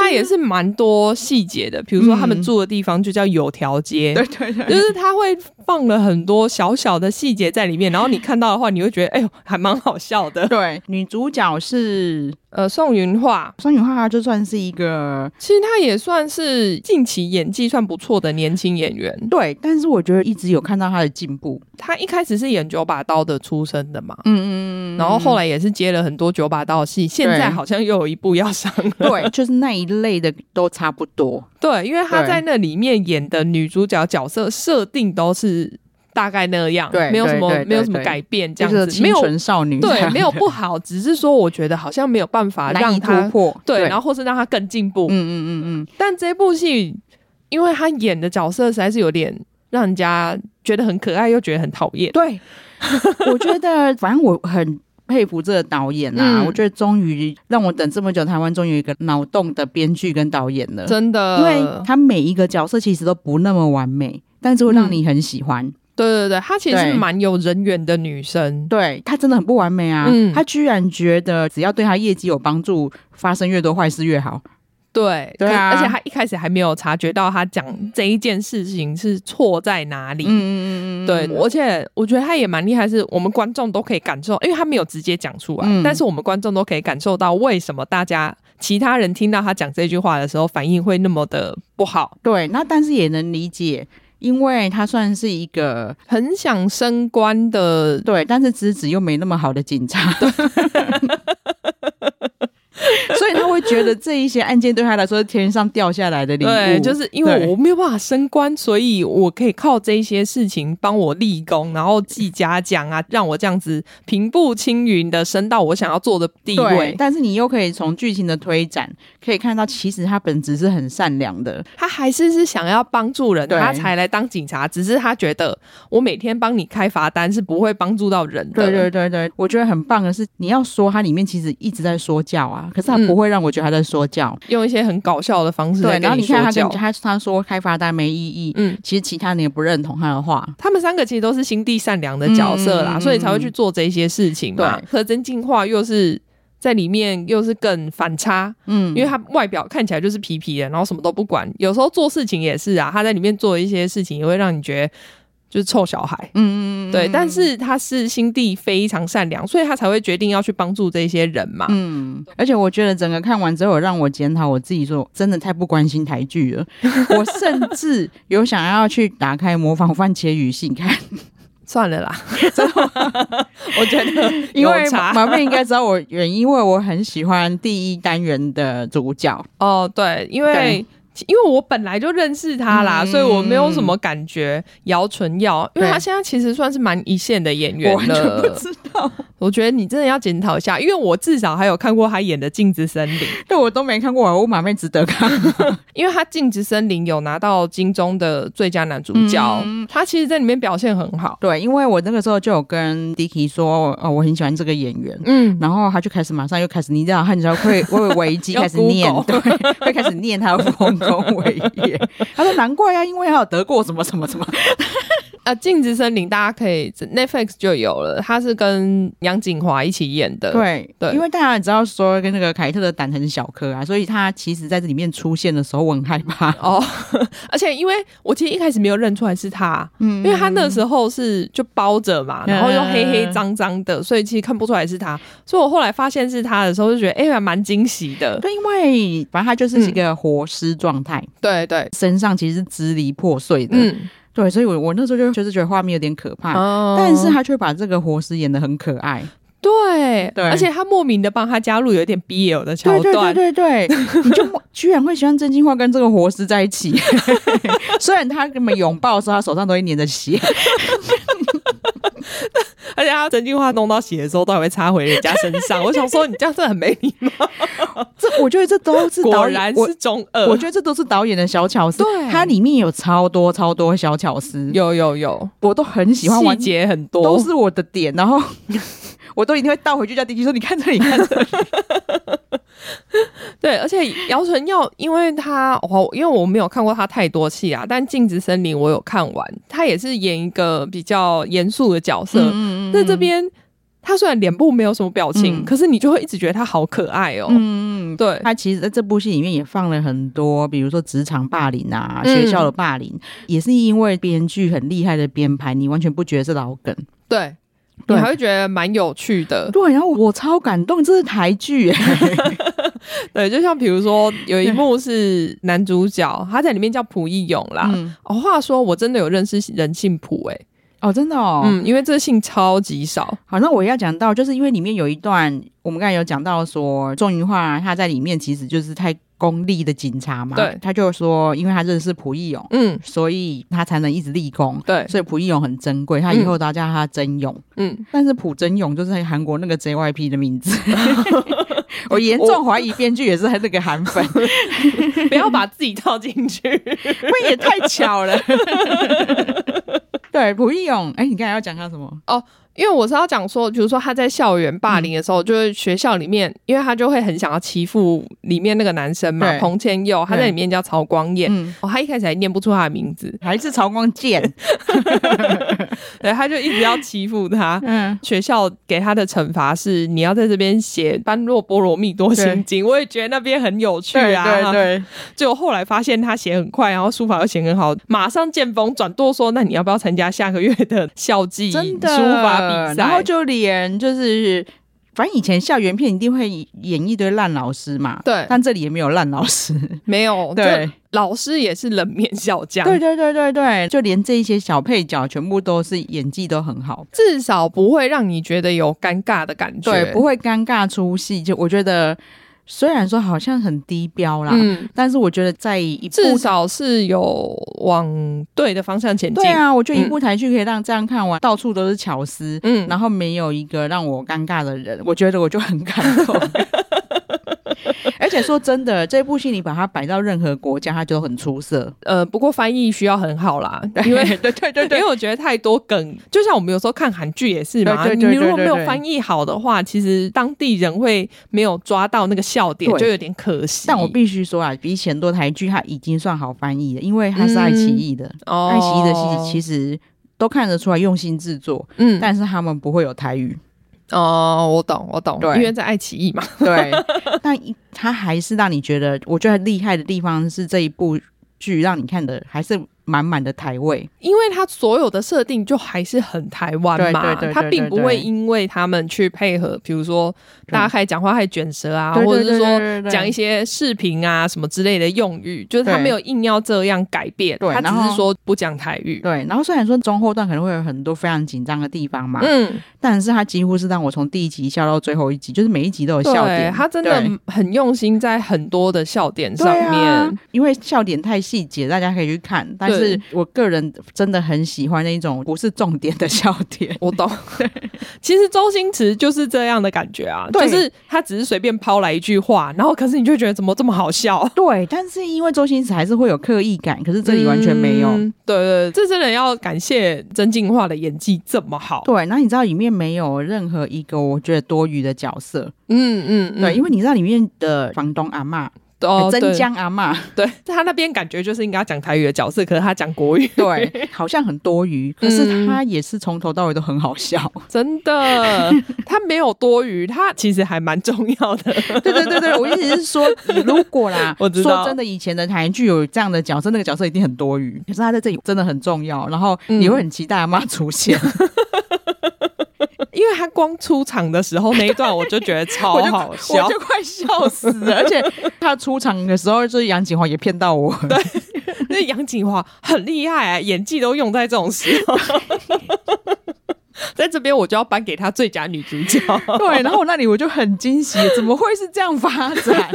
它也是蛮多细节的，比如说他们住的地方就叫有条街，对对对。就是他会放了很多小小的细节在里面，然后你看到的话，你会觉得哎呦还蛮好笑的。对，女主角是呃，宋云画双女画，就算是一个其实她也算是近期演技算不错的年轻演员，对，但是我觉得一直有看到她的进步。她一开始是演九把刀的出身的嘛。嗯嗯嗯然后后来也是接了很多九把刀的戏，现在好像又有一部要上 了。对，就是那一类的都差不多。对，因为她对在那里面演的女主角角色设定都是大概那样，对没有什对对么对没有什么对改变， 这就样是子清没有纯少女这样对 的，没有不好，只是说我觉得好像没有办法难以让突她破。对，然后后或是让她更进步。嗯嗯嗯嗯，但这部戏，因为她演的角色实在是有点让人家觉得很可爱，又觉得很讨厌。对， 我觉得反正我很。佩服这个导演啊！嗯我觉得终于让我等这么久，台湾终于有一个脑洞的编剧跟导演了。真的，因为他每一个角色其实都不那么完美，但是会让你很喜欢。对对对，她其实对是蛮有人缘的女生。对他真的很不完美啊！嗯他居然觉得只要对他业绩有帮助，发生越多坏事越好。对，对啊可而且她一开始还没有察觉到她讲这一件事情是错在哪里。嗯嗯对，而且我觉得她也蛮厉害，是我们观众都可以感受，因为她没有直接讲出来，嗯但是我们观众都可以感受到为什么大家其他人听到她讲这句话的时候反应会那么的不好，对，那但是也能理解，因为他算是一个很想升官的对，但是资质又没那么好的警察， 所以他会觉得这一些案件对他来说是天上掉下来的礼物。对，就是因对为我没有办法升官，所以我可以靠这一些事情帮我立功，然后记嘉奖啊，让我这样子平步青云的升到我想要做的地对位，。但是你又可以从剧情的推展可以看到，其实他本质是很善良的。他还是是想要帮助人，对他才来当警察。只是他觉得我每天帮你开罚单是不会帮助到人的。对对对对，我觉得很棒的是，你要说它里面其实一直在说教啊，可是它嗯不会让我觉得他在说教。用一些很搞笑的方式对，来然跟后你说看他教跟。他他说开罚单没意义，嗯，其实其他人也不认同他的话。他们三个其实都是心地善良的角色啦，嗯嗯嗯所以才会去做这些事情嘛。对和真进化又是在里面又是更反差，嗯，因为他外表看起来就是皮皮的，然后什么都不管，有时候做事情也是啊，他在里面做一些事情也会让你觉得就是臭小孩，嗯嗯嗯，对，但是他是心地非常善良，所以他才会决定要去帮助这些人嘛。嗯，而且我觉得整个看完之后，让我检讨我自己说，真的太不关心台剧 了。我甚至有想要去打开模仿番茄语信看，算了啦，我觉得 因为有差马妹应该知道我原因，因为我很喜欢第一单元的主角。哦，对，因为对。因为我本来就认识他啦，嗯所以我没有什么感觉。姚纯耀，因为对他现在其实算是蛮一线的演员我了。完全不知 道，我觉得你真的要检讨一下，因为我至少还有看过他演的《镜子森林》， 对我都没看过，我马妹值得看。因为他《镜子森林》有拿到金钟的最佳男主角，嗯他其实在里面表现很好。 对，因为我那个时候就有跟 Dicky 说，哦，我很喜欢这个演员。嗯，然后他就开始马上又开始，你知道，他你知道会会危机 要开始念，对 Google，会开始 念他的丰功伟业。他说难怪啊，因为他有得过什么什么什么。呃，《镜子森林》大家可以 Netflix 就有了，它是跟杨景华一起演的。，对对因为大家也知道说跟那个凯特的胆很小颗啊，所以他其实在这里面出现的时候，我很害怕。哦， 而且因为我其实一开始没有认出来是他，嗯因为他那时候是就包着嘛，然后又黑黑嗯脏脏的，所以其实看不出来是他。所以我后来发现是他的时候，就觉得哎，还蛮惊喜的。对，因为反正他就是一个活尸状态，对对，身上其实是支离破碎的。嗯，对，所以我我那时候就就是觉得画面有点可怕，哦嗯但是他却把这个活尸演的很可爱。对对而且他莫名的帮他加入有一点 BL 的桥对段，对对对对，你就居然会喜欢真心话跟这个活尸在一 起，虽然他们拥抱的时候，他手上都会粘着血。而且他真心话弄到血的时候都还会插回人家身 上。我想说，你这样真的很没礼貌，这我觉得这都是果导演然，我是中二。我觉得这都是导演的小巧思。对它里面有超多超多小巧思，有有有，我都很喜欢玩细，节很多，都是我的点，然后 我都一定会倒回去叫弟弟说：“你看这里，看这里。对，而且姚晨耀，因为他哦，因为我没有看过他太多戏啊，但《镜子森林》我有看完，他也是演一个比较严肃的角色。嗯”在这边，他虽然脸部没有什么表情，嗯可是你就会一直觉得他好可爱哦。嗯，嗯对，他其实在这部戏里面也放了很多，比如说职场霸凌啊、嗯学校的霸凌，也是因为编剧很厉害的编排，你完全不觉得是老梗。对，你对还会觉得蛮有趣的。对，然后我超感动，这是台剧、欸，对，就像比如说有一幕是男主角，他在里面叫朴义勇啦。嗯哦，话说我真的有认识人姓朴哎、 哦，真的哦，嗯，因为这姓超级少。好，那我要讲到，就是因为里面有一段，我们刚才有讲到说，仲云化他在里面其实就是太功利的警察嘛，对他就说，因为他认识蒲义勇，嗯，所以他才能一直立功，对，所以蒲义勇很珍贵，他以后都要叫他真勇。嗯，但是朴真勇就是韩国那个 JYP 的 名字，我严重怀疑编剧也是那个韩粉， 不要把自己套进去。 这也太巧了。对，蒲义勇，哎、你刚才要讲他什么？因为我是要讲说，比如说他在校园霸凌的时候，就是学校里面，因为他就会很想要欺负里面那个男生嘛，对彭千佑，他在里面叫曹光彦。嗯，哦，他一开始还念不出他的名字，还是曹光剑？对，他就一直要欺负他。嗯，学校给他的惩罚是，你要在这边写《般若波罗蜜多心经》，我也觉得那边很有趣对对啊。对。结果后来发现他写很快，然后书法又写很好，马上见风转舵说：“那你要不要参加下个月的校际书 真的法比赛？”然后就连就是，反正以前校园片一定会演一堆烂老师嘛，对但这里也没有烂老师。没有，对就老师也是冷面笑匠，对对对对对，就连这一些小配角全部都是演技都很好，至少不会让你觉得有尴尬的感觉，对，不会尴尬出戏。就我觉得，虽然说好像很低标啦，嗯，但是我觉得在一部至少是有往对的方向前进，对啊，我觉得一部台剧可以让这样看完，到处都是巧思。嗯，然后没有一个让我尴尬的人，我觉得我就很感 动。而且说真的，这部戏你把它摆到任何国家，它就很出色。呃，不过翻译需要很好啦，因为。对对对因为我觉得太多梗，就像我们有时候看韩剧也是嘛，对对对你如果对没对有对翻译好的话，其实当地人会没有抓到那个笑点，对就有点可惜。但我必须说啊，比起很多台剧，它已经算好翻译了，因为它是爱奇艺的，哦爱奇艺的戏其实都看得出来用心制作，嗯，但是他们不会有台语。哦，我懂，我懂，对因为在爱奇艺嘛， 对，但一它还是让你觉得，我觉得厉害的地方是这一部剧让你看的还是满满的台味。因为它所有的设定就还是很台湾嘛，对对对对它并不对对会因为他们去配合，比如说大家开始讲话还卷舌啊，对对或者是对对对说对对讲一些视频啊什么之类的用语，就是他对没有硬要这样改变，对他然只后是说不讲台语。对，然后虽然说中后段可能会有很多非常紧张的地方嘛，嗯，但是他几乎是让我从第一集笑到最后一集，就是每一集都有笑对点。，他真的对很用心在很多的笑点上对啊面。，因为笑点太细节，大家可以去看。但是我个人真的很喜欢那一种不是重点的笑点。我懂， 其实周星驰就是这样的感觉啊，就对是他只是随便抛来一句话，然后可是你就觉得怎么这么好笑，对，但是因为周星驰还是会有刻意感，可 是这里完全没有。嗯对对，对这真的要感谢曾静华的演技这么好。对，然后你知道里面没有任何一个我觉得多余的角色，嗯嗯对，因为为你知道里面的房东阿嬷，哦，真对江阿 嬷，对他那边感觉就是应该讲台语的角色，可是他讲国语，对，好像很多余，可是他也是从头到尾都很好笑。真的，他没有多余，他其实还蛮重要的。 对对对对，我意思是 说，如果啦，我知道说真的，以前的台剧有这样的角色，那个角色一定很多余，可是他在这里真的很重要，然后你会很期待阿妈出现，因为他光出场的时候那一段， 我就觉得超我就好笑 我。就快笑死了。而且他出场的时候，就是杨景华也骗到 我，那杨锦华很厉害、啊，演技都用在这种时候。 在这边我就要颁给她最佳女主角。对，然后那里我就很惊喜，怎么会是这样发展？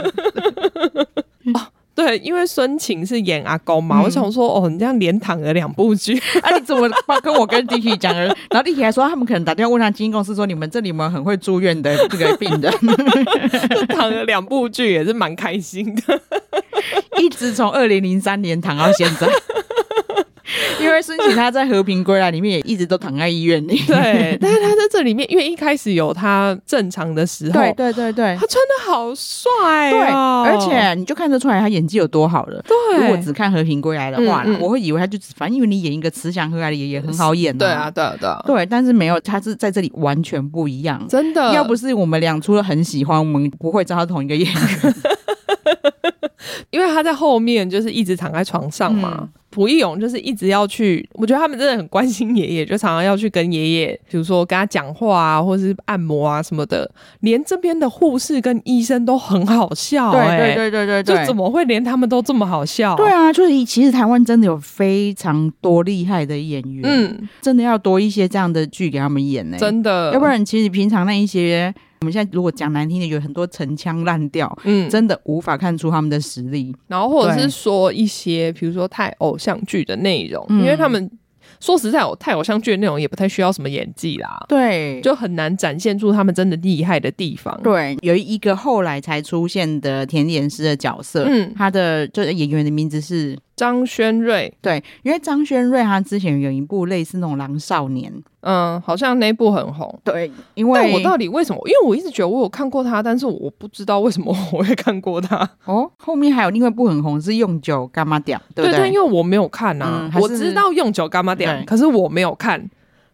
对，因为孙晴是演阿公嘛，我想说哦，你这样连躺了两部 剧， 啊，你怎么跟我跟 Dicky 讲了？然后 Dicky 还说，他们可能打电话问他经纪公司说，你们这里有没有很会住院的这个病人？躺了两部剧也是蛮开心的。 一直从二零零三年躺到现在。因为孙晴她在《和平归来》里面也一直都躺在医院里。对， 但是她在这里面，因为一开始有她正常的时候，对对对对他穿的好帅、对，哦，而且你就看得出来她演技有多好了。对，如果只看《和平归来》的话啦嗯嗯我会以为她就只反正因为你演一个慈祥和蔼的爷爷很好演、对啊，，对啊，对啊，对，但是没有，她是在这里完全不一样。真的，要不是我们俩除了很喜欢，我们不会知道她是同一个演员。因为他在后面就是一直躺在床上嘛。嗯蒲一勇就是一直要去，我觉得他们真的很关心爷爷，就常常要去跟爷爷，比如说跟他讲话啊，或是按摩啊什么的。连这边的护士跟医生都很好笑、欸，对对对对对就怎么会连他们都这么好笑？对啊，就是其实台湾真的有非常多厉害的演员，嗯，真的要多一些这样的剧给他们演呢、欸真的，嗯要不然其实平常那一些，我们现在如果讲难听的，有很多陈腔滥调，嗯，真的无法看出他们的实力。然后或者对是说一些，比如说太偶像剧的内容，嗯因为他们说实在，我太偶像剧的内容也不太需要什么演技啦，对，就就很难展现出他们真的厉害的地方。，对，有一个后来才出现的甜点师的角色，嗯他的就是演员的名字是。张轩瑞，对，因为张轩瑞他之前有一部类似那种《狼少年》，嗯，好像那部很红。对，因但为我到底为什么？因为我一直觉得我有看过他，但是我不知道为什么我会看过他。哦后面还有另外一部很红是《用酒干嘛屌》，对不但因为我没有看啊，嗯还是我知道用酒干嘛点，对可是我没有看，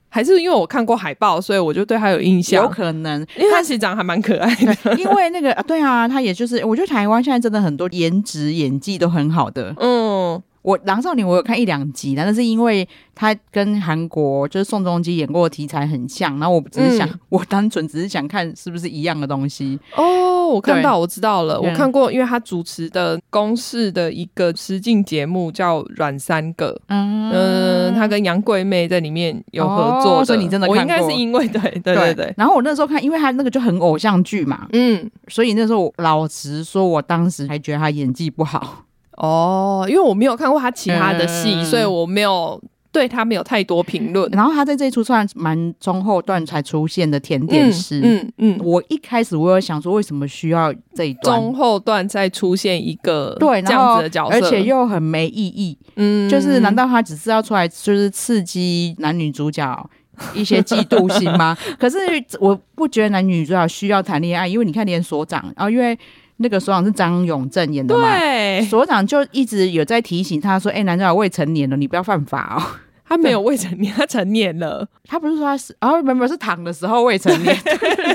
还是因为我看过海报，所以我就对他有印象有。可能，因为他其实长得还蛮可爱 的。因为那个啊对啊，他也就是，我觉得台湾现在真的很多颜值、演技都很好的。嗯，我《狼少年》我有看一两集啦，但是因为他跟韩国就是宋仲基演过的题材很像，然后我只是想，嗯我单纯只是想看是不是一样的东西。哦，我看到，我知道了，嗯我看过，因为他主持的公视的一个实境节目叫《软三个》。嗯嗯，他跟杨贵妹在里面有合作的，哦所以你真的我看应该过是因 为对对对对，然后我那时候看，因为他那个就很偶像剧嘛，嗯，所以那时候我老实说，我当时还觉得他演技不好。哦，因为我没有看过他其他的戏，嗯所以我没有对他没有太多评论。然后他在这一出算蛮中后段才出现的甜点师。嗯嗯，嗯我一开始我有想说，为什么需要这一段？中后段再出现一个对，这然后样子的角色，而且又很没意义。嗯就是难道他只是要出来就是刺激男女主角？一些嫉妒心吗？ 可是我不觉得男女主角需要谈恋爱，因为你看连所长，然、后因为那个所长是张永正演的嘛，对所长就一直有在提醒他说：“哎、男主角未成年了，你不要犯法哦。他没有未成年，他成年了，”他不是说他是啊，没有没有是躺的时候未成年，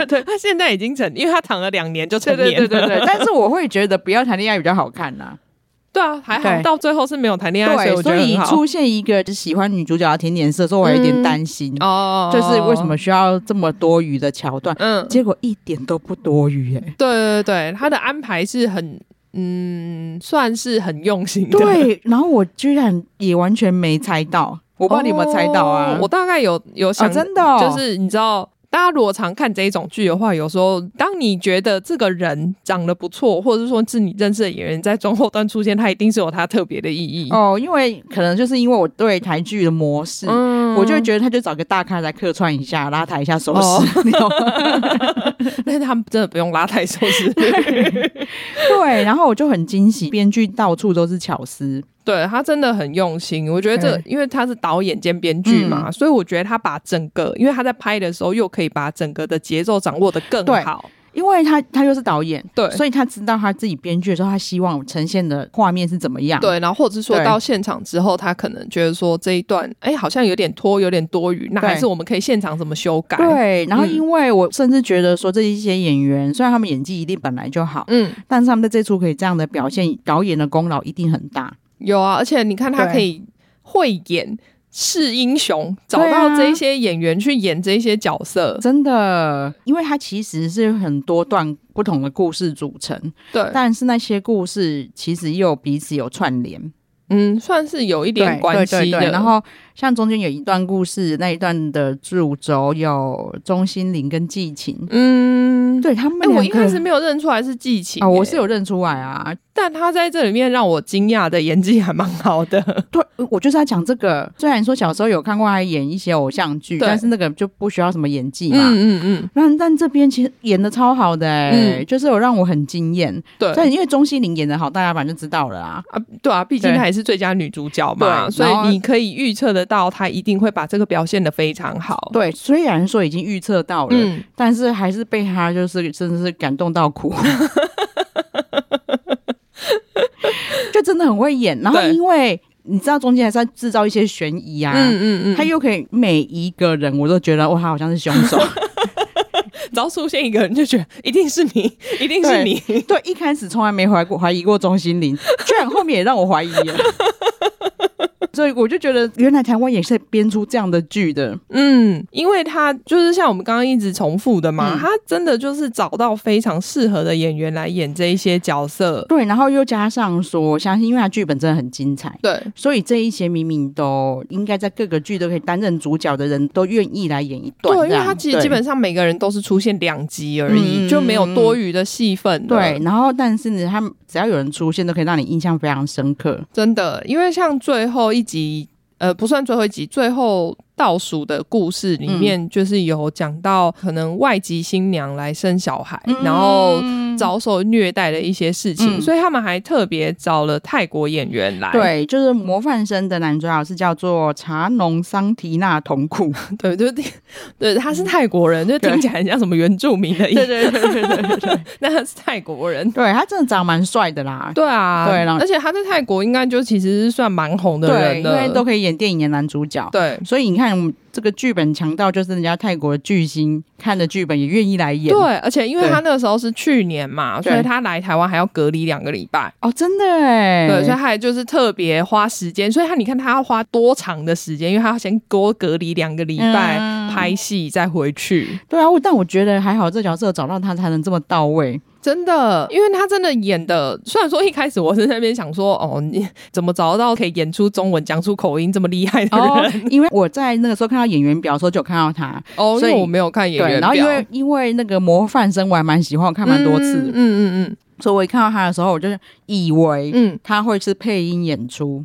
对， 他现在已经成，因为他躺了两年就成对年了， 对对对对。但是我会觉得不要谈恋爱比较好看呐、对啊，还好对到最后是没有谈恋爱，以对，我觉所得很以好出现一个就是喜欢女主角的甜点色的时候，我有一点担心。哦，就是为什么需要这么多余的桥段？嗯，结果一点都不多余哎、对对对，他的安排是很嗯，算是很用心的。对，然后我居然也完全没猜到，我我不知道你有没有猜到啊？哦我大概有有啊、想，真的、哦，就是你知道。大家如果常看这一种剧的话，有时候当你觉得这个人长得不错，或者是说是你认识的演员在中后段出现，他一定是有他特别的意义。哦，因为可能就是因为我对台剧的模式。嗯我就会觉得他就找个大咖来客串一下，拉抬一下手势，哦 你懂吗但是他们真的不用拉太收拾，对，然后我就很惊喜，编剧到处都是巧思，对他真的很用心，我觉得这、嗯因为他是导演兼编剧嘛，所以我觉得他把整个，因为他在拍的时候又可以把整个的节奏掌握的更对好，因为他他又是导演，对所以他知道他自己编剧的时候，他希望呈现的画面是怎么样。，对，然后或者是说对到现场之后，他可能觉得说这一段，哎，好像有点拖，有点多余，那对还是我们可以现场怎么修改？，对，然后嗯因为我甚至觉得说这一些演员，虽然他们演技一定本来就好，嗯，但是他们在这出可以这样的表现，导演的功劳一定很大。有啊，而且你看他对可以会演是英雄，找对啊到这些演员去演这些角色，真的，因为它其实是很多段不同的故事组成，对，但是那些故事其实又彼此有串联，嗯，算是有一点关系对对对的。对然后像中间有一段故事，那一段的主轴有钟欣凌跟季晴，嗯，对他们哎、两个、我一开始没有认出来是欸季晴、啊、我是有，有认出来啊，但他在这里面让我惊讶的演技还蛮好的。对，我 就是要讲这个。虽然说小时候有看过他演一些偶像剧，对但是那个就不需要什么演技嘛。嗯嗯那但这边其实演的超好的、欸，嗯就是有让我很惊艳。嗯，对，所以因为钟欣凌演的好，大家反正就知道了啊。啊，对啊，毕竟对她也是最佳女主角嘛，对所然后以你可以预测得到她一定会把这个表现的非常好。，对，虽然说已经预测到了，嗯，但是还是被他就是真的是感动到 哭，就真的很会演。然后对因为你知道中间还是要制造一些悬疑啊，嗯嗯他嗯，又可以每一个人我都觉得哇，他好像是凶 手。只要出现一个人就觉得一定是你，一定是你。 对，一开始从来没怀过怀疑过钟欣凌，居然后面也让我怀疑 了。所以我就觉得，原来台湾也是编出这样的剧的，嗯，因为她就是像我们刚刚一直重复的嘛，嗯她真的就是找到非常适合的演员来演这一些角色。对，然后又加上说，我相信因为它剧本真的很精彩，对，所以这一些明明都应该在各个剧都可以担任主角的人都愿意来演一段这样，对，因为她其实基本上每个人都是出现两集而已，嗯就没有多余的戏份。对，对，然后但是呢，他们只要有人出现，都可以让你印象非常深刻。真的，因为像最后一集，呃，不算最后一集，最后倒数的故事里面，就是有讲到可能外籍新娘来生小孩，然后遭受虐待的一些事情，嗯所以他们还特别找了泰国演员来，对，就是模范生的男主角是叫做茶农桑提纳同 库，对，就是听对，他是泰国人，就听起来很像什么原住民的意思，对对对对对。那他是泰国人。 对他真的长蛮帅的啦，对啊，对然后而且他在泰国应该就其实是算蛮红的对，人因为的，都可以演电影的男主角。对，所以你看，我们这个剧本强到就是人家泰国的巨星看的剧本也愿意来演。对，而且因为对他那个时候是去年嘛，对所以他来台湾还要隔离两个礼拜。哦，真的哎，对，所以他还就是特别花时间，所以他你看他要花多长的时间，因为他要先多隔离两个礼拜、嗯拍戏再回去，对啊，我但我觉得还好，这角色找到他才能这么到位。真的，因为他真的演的，虽然说一开始我是在那边想说，哦，你怎么找到可以演出中文、讲出口音这么厉害的哦人？， 因为我在那个时候看到演员表的时候就有看到他，哦，因所以为我没有看演对，员然后因表为因为那个模范生我还蛮喜欢，我看蛮多次，嗯嗯嗯所以我一看到他的时候，我就是以为嗯，嗯他会是配音演出。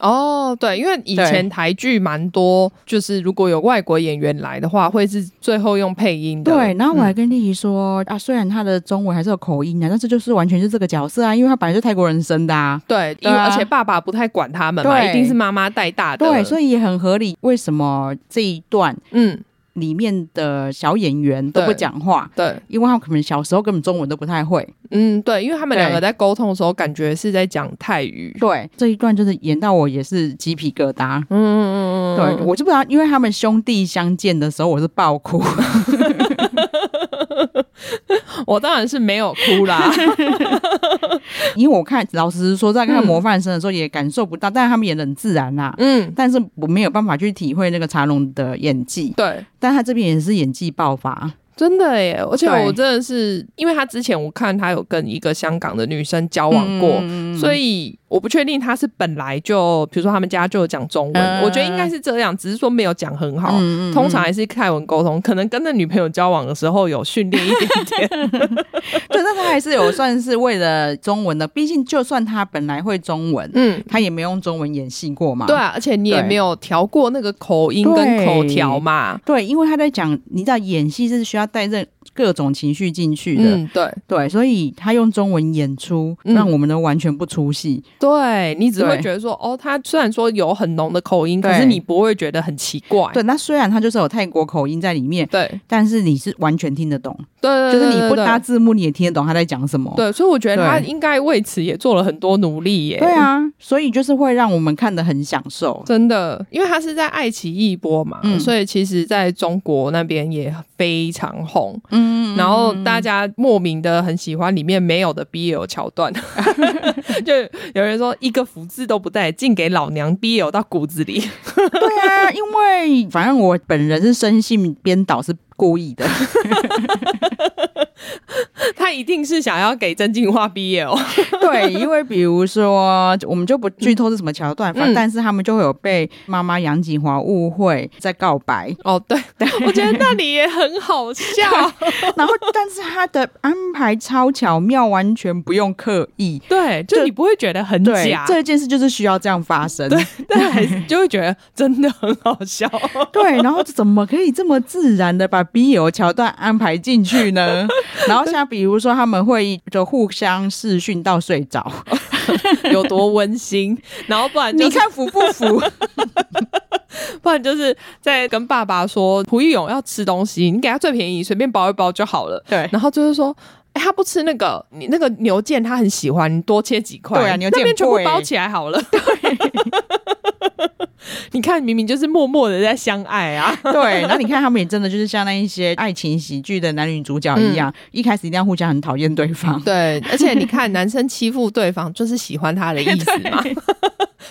哦，对，因为以对前台剧蛮多，就是如果有外国演员来的话，会是最后用配音的。对，然后我还嗯跟丽姨说、啊，虽然她的中文还是有口音啊，但是就是完全是这个角色啊，因为她本来就泰国人生的啊，对，因对为啊而且爸爸不太管他们嘛，对一定是妈妈带大的。对，所以以也很合理。为什么这一段嗯，里面的小演员都对不讲话？对，因为他们可能小时候根本中文都不太会。嗯对，因为他们对两个在沟通的时候，感觉是在讲泰语。对，这一段就是演到我也是鸡皮疙瘩。嗯嗯嗯嗯，对，我就不知道，因为他们兄弟相见的时候，我是爆哭。 我当然是没有哭 啦。因为我看，老实说，在看《嗯模范生》的时候也感受不到，但是他们演的很自然啊啦、嗯，但是我没有办法去体会那个茶龙的演技。对。但他这边也是演技爆发， 真的耶！而且对我真的是，因为他之前我看他有跟一个香港的女生交往过，所以我不确定他是本来就，比如说他们家就有讲中文，嗯我觉得应该是这样，只是说没有讲很好。嗯通常还是泰文沟通，可能跟那女朋友交往的时候有训练一点点。对，但他还是有算是为了中文的，毕竟就算他本来会中文， 嗯，他也没用中文演戏过嘛。对啊，而且你也对没有调过那个口音跟对口条嘛。对，因为他在讲，你知道演戏是需要带任各种情绪进去的，嗯，对，对，所以他用中文演出，嗯让我们都完全不出戏。对你只会对觉得说，哦，他虽然说有很浓的口音，可是对你不会觉得很奇怪。对，那虽然它就是有泰国口音在里面，对但是你是完全听得懂，对，就是你不搭。搭字幕你也听得懂他在讲什么。对，所以我觉得他哦对应该为此也做了很多努力耶。对，啊，所以就是会让我们看得很享受。真的，因为他是在爱奇艺播嘛，嗯所以其实在中国那边也非常红。嗯然后大家莫名的很喜欢里面没有的 BL 桥段，就有人说一个福字都不带，竟给老娘 BL 到骨子 里。 对啊，因为反正我本人是深信编导是故意的， 他一定是想要给真进化 BL。对，因为比如说我们就不剧透是什么桥段，反嗯但是他们就会有被妈妈杨锦华误会在告 白，哦，对，我觉得那里也很好 笑。然后但是他的安排超巧妙，完全不用刻意。对，就这你不会觉得很对假，，这件事就是需要这样发生。对但还是就会觉得真的很好笑。 然后怎么可以这么自然的把 BL 桥段安排进去呢？ 然后像比如说他们会就互相视讯到睡着， 有多温馨， 然后不然就你是看服不服？ 不然就是在跟爸爸说胡一勇要吃东西，你给他最便宜，随便包一包就好了。 对然后就是说，哎、他不吃那个，你那个牛腱他很喜欢，你多切几块，对啊牛腱那边全部很贵包起 来好了。对， 你看明明就是默默的在相爱 啊， 对，然后你看他们也真的就是像那一些爱情喜剧的男女主角一样，一开始一定要互相很讨厌对方。对，而且你看男生欺负对方就是喜欢他的意思 嘛，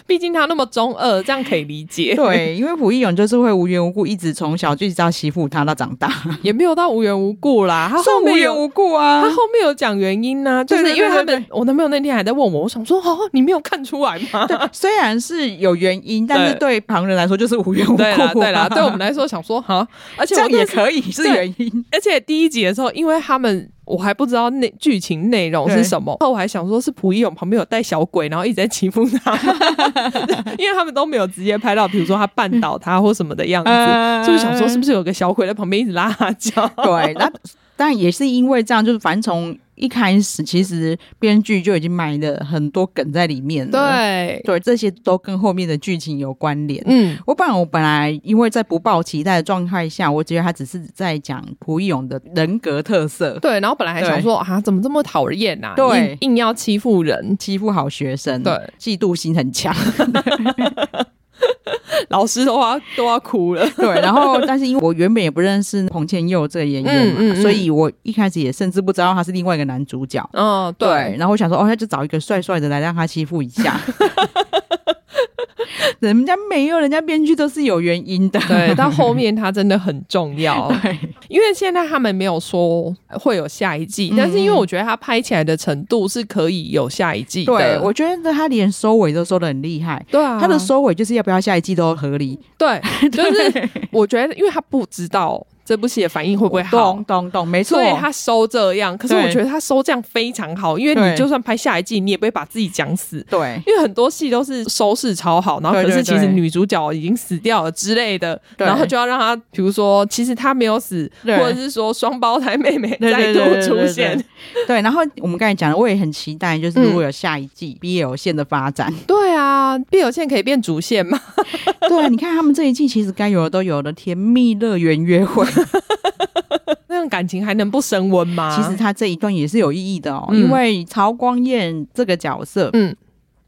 毕竟他那么中二，这样可以理解。对，因为朴义勇就是会无缘无故一直从小就一直到欺负他到长大，也没有到无缘无故啦，他后算面无有缘无故啊他。后面有讲原因啊呢、就对是因为他对对们，我男朋友那天还在问我，我想说哦，你没有看出来吗？对，虽然是有原因，但是对旁人来说就是无缘无故、对啦，啊。对啦，对我们来说想说哈， 而且这我样也那时可以是对原因。而且第一集的时候，因为他们我还不知道内剧情内容是对什么，然后我还想说是蒲一勇旁边有带小鬼，然后一直在欺负他， 因为他们都没有直接拍到，比如说他绊倒他或什么的样 子，嗯就是想说是不是有个小鬼在旁边一直拉他脚？ 对，那但也是因为这样，就是反正从一开始，其实编剧就已经埋了很多梗在里面了。对，对，这些都跟后面的剧情有关联。嗯，我本来我本来因为在不抱期待的状态下，我觉得他只是在讲朴义勇的人格特色，对。然后本来还想对说啊，怎么这么讨厌呐？对硬硬要欺负人，欺负好学生，对，嫉妒心很 强，老师都要都要哭了。对。然后，但是因为我原本也不认识彭倩佑这个演员嘛，嗯嗯嗯所以我一开始也甚至不知道他是另外一个男主角。嗯， 对，，然后我想说，哦，那就找一个帅帅的来让他欺负一下。 人家没有，人家编剧都是有原因的。对，到后面它真的很重要，对因为现在他们没有说会有下一季，嗯但是因为我觉得它拍起来的程度是可以有下一季的。对，我觉得他连收尾都收的很厉害。对啊，他的收尾就是要不要下一季都合理， 对，就是我觉得，因为他不知道这部戏的反应会不会好懂。懂懂，没错所以，他收这样，可是对我觉得他收这样非常好，因为对你就算拍下一季，你也不会把自己讲死，对因为很多戏都是收视超好，然后对可对是其实对女主角已经死掉了之类的，对然后就要让她，比如说其实她没有死，或对者是说双胞胎妹妹对 对再度对对出对现，嗯对。然后我们刚才讲的，我也很期待，就是如果有下一季 BL 线的发展， 对啊，必有线可以变主线嘛？对，你看他们这一季其实该有的都有了，甜蜜乐园约会， 那种感情还能不升温吗？其实他这一段也是有意义的哦，啊嗯因为曹光彦这个角色，嗯。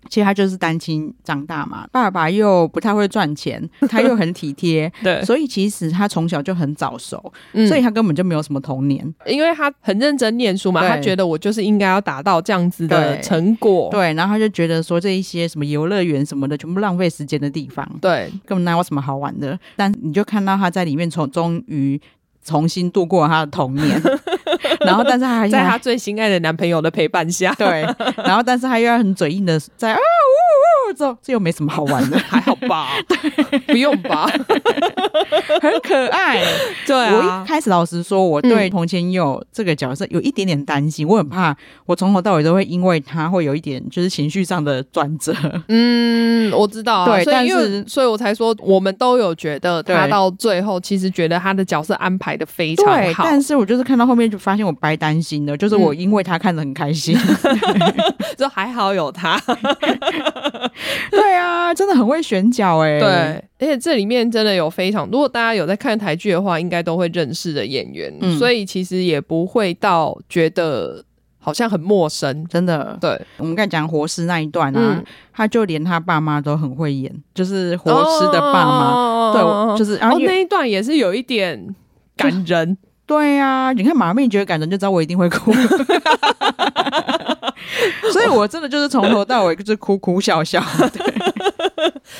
其实他就是单亲长大嘛，爸爸又不太会赚钱， 他又很体贴，对，所以其实他从小就很早熟，嗯所以他根本就没有什么童年。因为他很认真念书嘛，对他觉得我就是应该要达到这样子的对成果。对，然后他就觉得说这一些什么游乐园什么的，全部浪费时间的地方，对根本哪有什么好玩的。但你就看到他在里面从终于重新度过他的童 年，然后但是他还在 她最心爱的男朋友的陪伴下，，对，然后但是他又要很嘴硬的在啊呜了之后，这又没什么好玩 的还好吧？ 不用吧？ 很可 爱。嗯对我一啊，开始老实说，我对童千佑这个角色有一点点担心，我很怕我从头到尾都会因为他会有一点就是情绪上的转 折。嗯，我知道、啊，对所但以因为是所以我才说，我们都有觉得他对到最后，其实觉得他的角色安排的非常对，好，但是我就是看到后面就发现我白担心了，就是我因为他看得很开 心。就还好有他。对啊，真的很会选角哎、对，而且这里面真的有非常，如果大家有在看台剧的话，应该都会认识的演员，嗯所以其实也不会到觉得好像很陌生。真的，对，我们刚才讲活尸那一段啊，嗯他就连他爸妈都很会演，就是活尸的爸妈。妈对，我就是啊然然后、后哦那一段也是有一点感人，对啊，你看马妹觉得感人，就知道我一定会 哭。所以，我真的就是从头到尾就是哭哭笑 笑。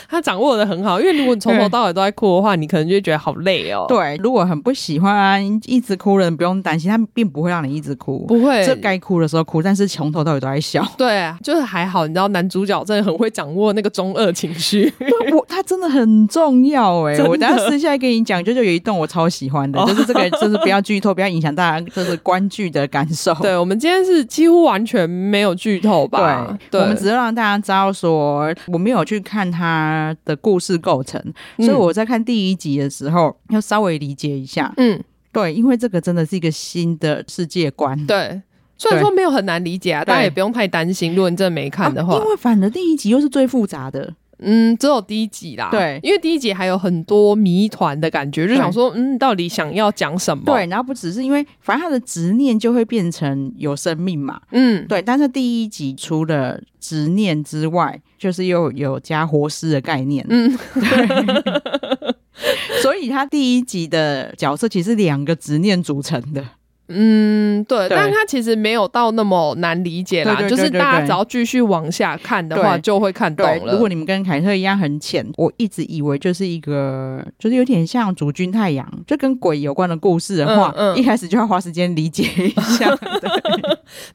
他掌握的很好。因为如果你从头到尾都在哭的话，你可能就会觉得好累哦。，对，如果很不喜欢一直哭的人，不用担心，他并不会让你一直哭。不会，这该哭的时候哭，但是从头到尾都在笑。对，啊就是还好，你知道男主角真的很会掌握那个中二 情绪。对我他真的很重要哎、真的哦我等一下私下跟你讲，就是有一段我超喜欢的，就是这个，就是不要剧透，不要影响大家就是观剧的感受。对，我们今天是几乎完全没有剧透吧？对，我们只是让大家知道说，我没有去看他的故事构成，嗯所以我在看第一集的时候要稍微理解一下。嗯，对，因为这个真的是一个新的世界观。对。虽然说没有很难理解啊，对大家也不用太担心。如果你真的没看的话，啊因为反而第一集又是最复杂的。嗯，只有第一集啦。对因为第一集还有很多谜团的感觉，就对想说，嗯，到底想要讲什么？对，，然后不只是因为，反正他的执念就会变成有生命嘛。嗯，对，但是第一集除了执念之外，就是又有加活尸的概念。嗯， 所以他第一集的角色其实两个执念组成的。嗯，对，对但它其实没有到那么难理解啦，对对就对是对大家对只要继续往下看的话，对就会看懂对，了。如果你们跟凯特一样很浅，我一直以为就是一个，就是有点像《主君太阳》就跟鬼有关的故事的话，嗯嗯一开始就要花时间理解一下。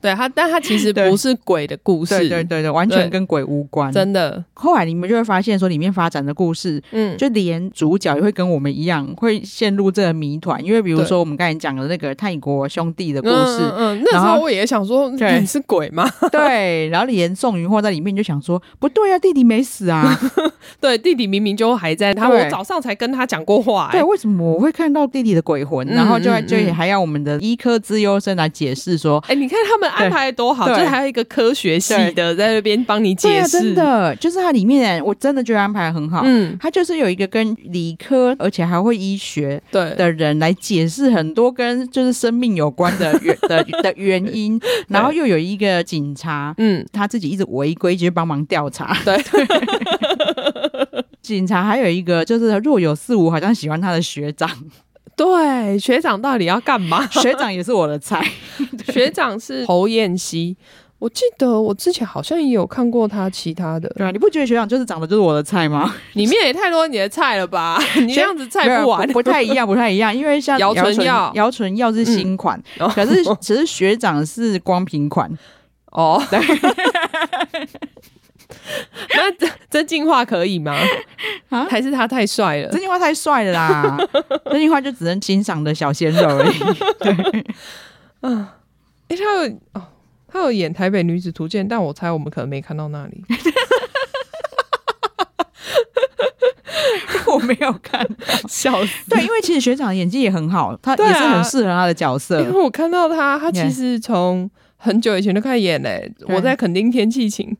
对它，但它其实对 不是鬼的故事，对对对对，完全跟鬼无关。真的，后来你们就会发现，说里面发展的故事，嗯，就连主角也会跟我们一样，会陷入这个谜团。因为比如对说我们刚才讲的那个泰国兄弟的故嗯事，嗯，那时然后候我也想说，对你是鬼吗？ 对，然后连宋云货在里面就想说，不对啊，弟弟没死啊，对，弟弟明明就还在，他对我早上才跟他讲过话、对，哎为什么我会看到弟弟的鬼魂？嗯然后就嗯就嗯也还要我们的医科资优生来解释说，哎、你看他们安排得多好，就对是还有一个科学系的在那边帮你对解啊，释，真的，就是它里面我真的觉得安排得很好。嗯，它就是有一个跟理科，而且还会医学对，的人来解释很多跟就是生命有关的 原的的原因，然后又有一个警察，嗯，他自己一直违规，就帮忙调查。对 警察还有一个就是若有似无，好像喜欢他的学 长，对，学长到底要干嘛？学长也是我的菜。学长是侯彦希，我记得我之前好像也有看过他其他的，对啊，你不觉得学长就是长得就是我的菜吗？里面也太多你的菜了吧？你这样子菜不完 没有，不太一样，不太一样，因为像姚姚纯纯耀姚纯耀是新款，哦可是只是学长是光屏 款， 哦。那曾曾进化可以吗？啊还是他太帅了真？心话太帅了 啦，真心话就只能欣赏的小鲜肉而已。哎、他有哦，他有演《台北女子图鉴》，但我猜我们可能没看到那 里。我没有看，笑死！对，因为其实学长的演技也很好，他对也啊嗯是很适合他的角因为色。我看到他，他其 Yeah 实从很久以前就开始演嘞、对我在垦丁天气晴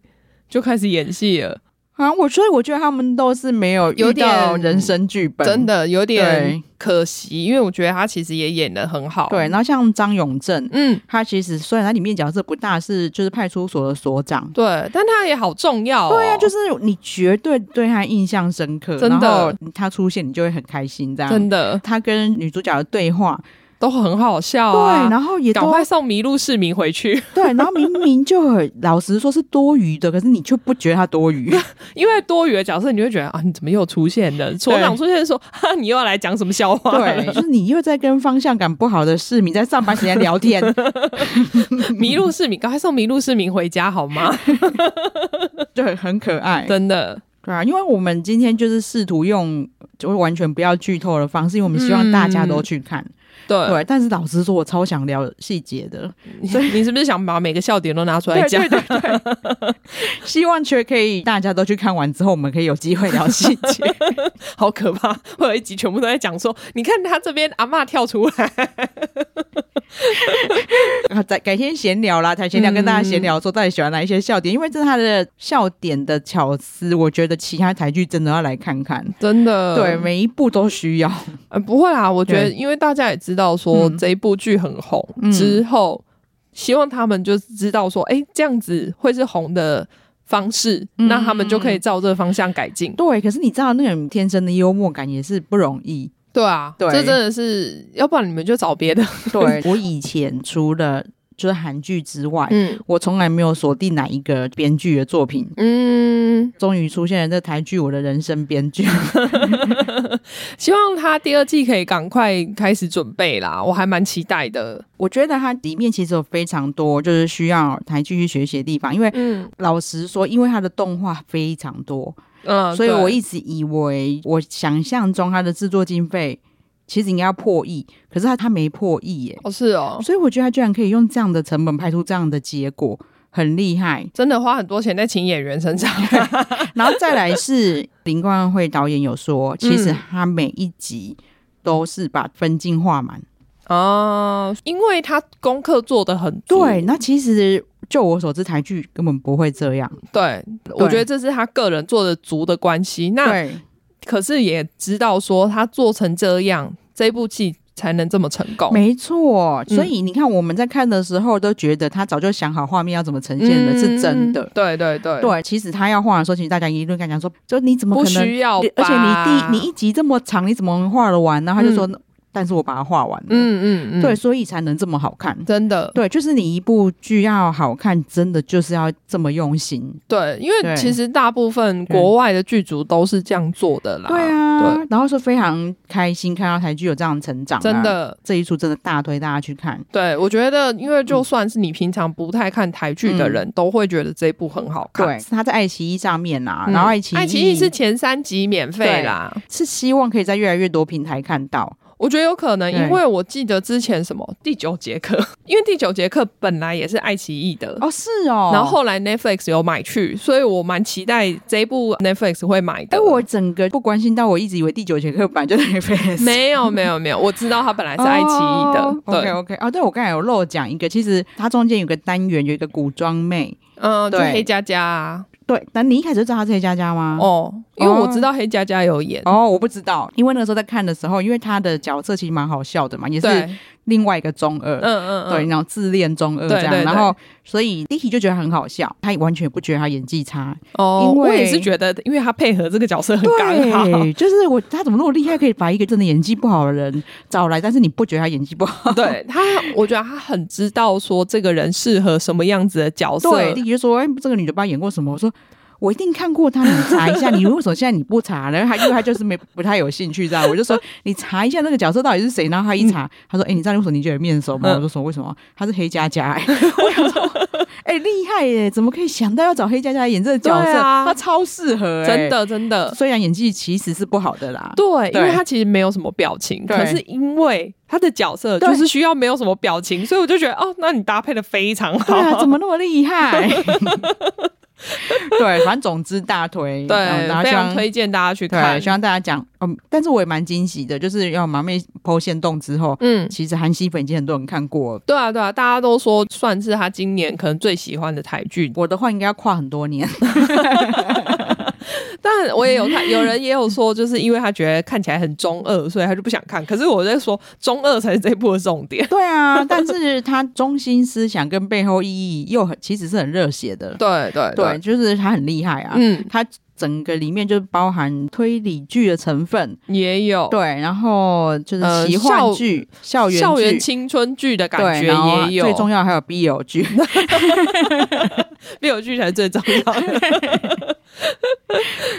就开始演戏了，啊，我所以我觉得他们都是没有有遇点到人生剧本，真的有点哦对可惜，因为我觉得他其实也演的很好。对。，然后像张永正，嗯，他其实虽然他里面角色不大，是就是派出所的所长，对，但他也好重要、哦。对啊，就是是你绝对对他印象深刻，真的然后他出现你就会很开心，这样。真的他跟女主角的对话，都很好笑对，啊。然后也赶都快送麋鹿市民回去，对，然后明明就很老实说是多余的，可是你却不觉得他多 余，因为多余的角色你就会觉得啊，你怎么又出现了？所长出现说，哈，你又要来讲什么笑话了？ 对，就是你又在跟方向感不好的市民在上班时间聊 天， 麋鹿市民，赶快送麋鹿市民回家好吗？对，很可爱。真的，对啊，因为我们今天就是试图用就是完全不要剧透的方式，因为我们希望大家都去看。嗯对，对，但是老实说，我超想聊细节的，你 你是不是想把每个笑点都拿出来讲？对对对对，希望却可以大家都去看完之后，我们可以有机会聊细节。 好可怕！会有一集全部都在讲说，你看他这边阿嬷跳出来，啊，改改天闲聊啦，才闲聊跟大家闲聊说到底喜欢哪一些笑点，因为这是他的笑点的巧思，我觉得其他台剧真的要来看看。真的对，每一部都需要。呃，不会啦，我觉得对因为大家也知道说嗯这一部剧很红、嗯之后，希望他们就知道说，哎、这样子会是红的方式，嗯那他们就可以照这个方向改进。 对，可是你知道那种天生的幽默感也是不容易。对啊，对这真的是，要不然你们就找别的。对 我以前除了就是韩剧之外，嗯我从来没有锁定哪一个编剧的作品。嗯，终于出现了这台剧《我的人生编剧》希望他第二季可以赶快开始准备啦，我还蛮期待的。我觉得它里面其实有非常多就是需要台剧去学习的地方，因为嗯老实说，因为它的动画非常多，嗯所以我对一直以为我想象中它的制作经费其实应该要破亿，可是它它没破亿耶，哦是哦，所以我觉得它居然可以用这样的成本拍出这样的结果，很厉 。害真的花很多钱在请演员身上。 然后再来是林冠慧导演有说，其实他每一集都是把分镜画满。嗯哦，因为他功课做的很足对，那其实就我所知，台剧根本不会这样。对，我觉得这是他个人做的足的关系。那对可是也知道说他做成这样，这部戏才能这么成功。没错，嗯所以你看我们在看的时候都觉得他早就想好画面要怎么呈现了，是真的嗯。对对对，对，其实他要画的时候，其实大家一顿跟他讲说，就你怎么不可能？需要吧。而且你第你一集这么长，你怎么能画得完？然后他就说，但是我把它画完了。嗯嗯嗯，对，，所以才能这么好看。真的对，就是你一部剧要好看，真的就是要这么用心。对，因为对嗯其实大部分国外的剧组都是这样做的啦。对啊，然后是非常开心看到台剧有这样的成长、啊对，真，的。这一出真的大推大家去看。对，我觉得，因为就算是你平常不太看台剧的人，都会觉得这一部很好看。嗯对，他在爱奇艺上面啊，嗯，然后爱奇艺爱奇艺是前三集免费啦，是希望可以在越来越多平台看到。我觉得有可能，对因为我记得之前什么第九节课， 因为第九节课本来也是爱奇艺的。哦，是哦，然后后来 Netflix 有买去，所以我蛮期待这一部 Netflix 会买的。哎，我整个不关心到，我一直以为第九节课本来就 Netflix， 没有没有没有，我知道它本来是爱奇艺的。 OK 对， OK，哦，对我刚才有漏讲一个，其实它中间有个单元有一个古装妹，嗯，就对黑加加啊，对，但你一开始就知道她是黑佳佳吗？哦，因为我知道黑加加有演，哦，我不知道，因为那个时候在看的时候，因为她的角色其实蛮好笑的嘛，也对，是嗯另外一个中二。嗯嗯，对，然后自恋中二对这样，对对然后所以 Dicky 就觉得很好笑，他完全不觉得他演技差，哦，因为我也是觉得，因为他配合这个角色很刚好，对，就是我他怎么那么厉害，可以把一个真的演技不好的人找来，但是你不觉得他演技不 好？对他，我觉得他很知道说这个人适合什么样子的角色，对，弟弟就说：“哎、这个女的不知道演过什么。”我说：“我一定看过她，你查一下。你为什么现在你不查呢？”然后他因为他就是没不太有兴趣这样，我就说：“你查一下那个角色到底是谁。”然后他一 查，他说：“哎、你知道为什么你觉得面熟吗？”嗯我就说：“为什么？她是黑佳佳、哎，我想说：“哎、厉害耶！怎么可以想到要找黑佳佳来演这个角色？对啊她超适合、哎真。的真的，虽然演技其实是不好的啦，对，因对为他其实没有什么表情，对可是因为他的角色对就是需要没有什么表情，所以我就觉得哦，那你搭配的非常 对好。啊，怎么那么厉害？ 对，反正总之大推，对嗯然后非希常望推荐大家去看对，希。望大家讲，嗯，但是我也蛮惊喜的，就是要马妹剖线洞之后，嗯，其实韩熙粉已经很多人看过了。对啊，对啊，大家都说算是他今年可能最喜欢的台剧，我的话应该要跨很多 年，但我也有 看，有人也有说，就是因为他觉得看起来很中二，所以他就不想看。可是我在说，中二才是这部的重点。对啊，但是他中心思想跟背后意义又很，其实是很热血的，对对 对，，就是他很厉害啊，嗯，他整个里面就包含推理剧的成分，也有对，然后就是呃奇幻剧、校园校园剧。青春剧的感对，觉然后也有，最重要还有 BL 剧， 没有剧才是最重 要的。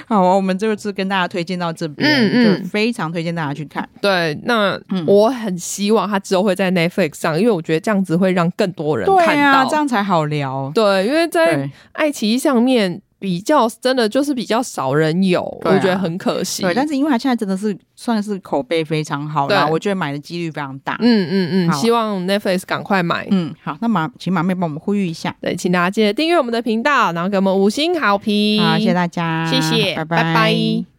好啊，我们这次跟大家推荐到这边，嗯嗯就非常推荐大家去看。对，那嗯我很希望它之后会在 Netflix 上，因为我觉得这样子会让更多人看对到。啊，这样才好聊。啊对因为在对爱奇艺上面。比较真的就是比较少人有，对啊我觉得很可惜。对，但是因为他现在真的是算是口碑非常好啦，对我觉得买的几率非常大。嗯嗯嗯，好希望 Netflix 赶快买。嗯，好，那马请马妹帮我们呼吁一下，对，请大家记得订阅我们的频道，然后给我们五星好评。好，谢谢大家，嗯谢谢拜拜拜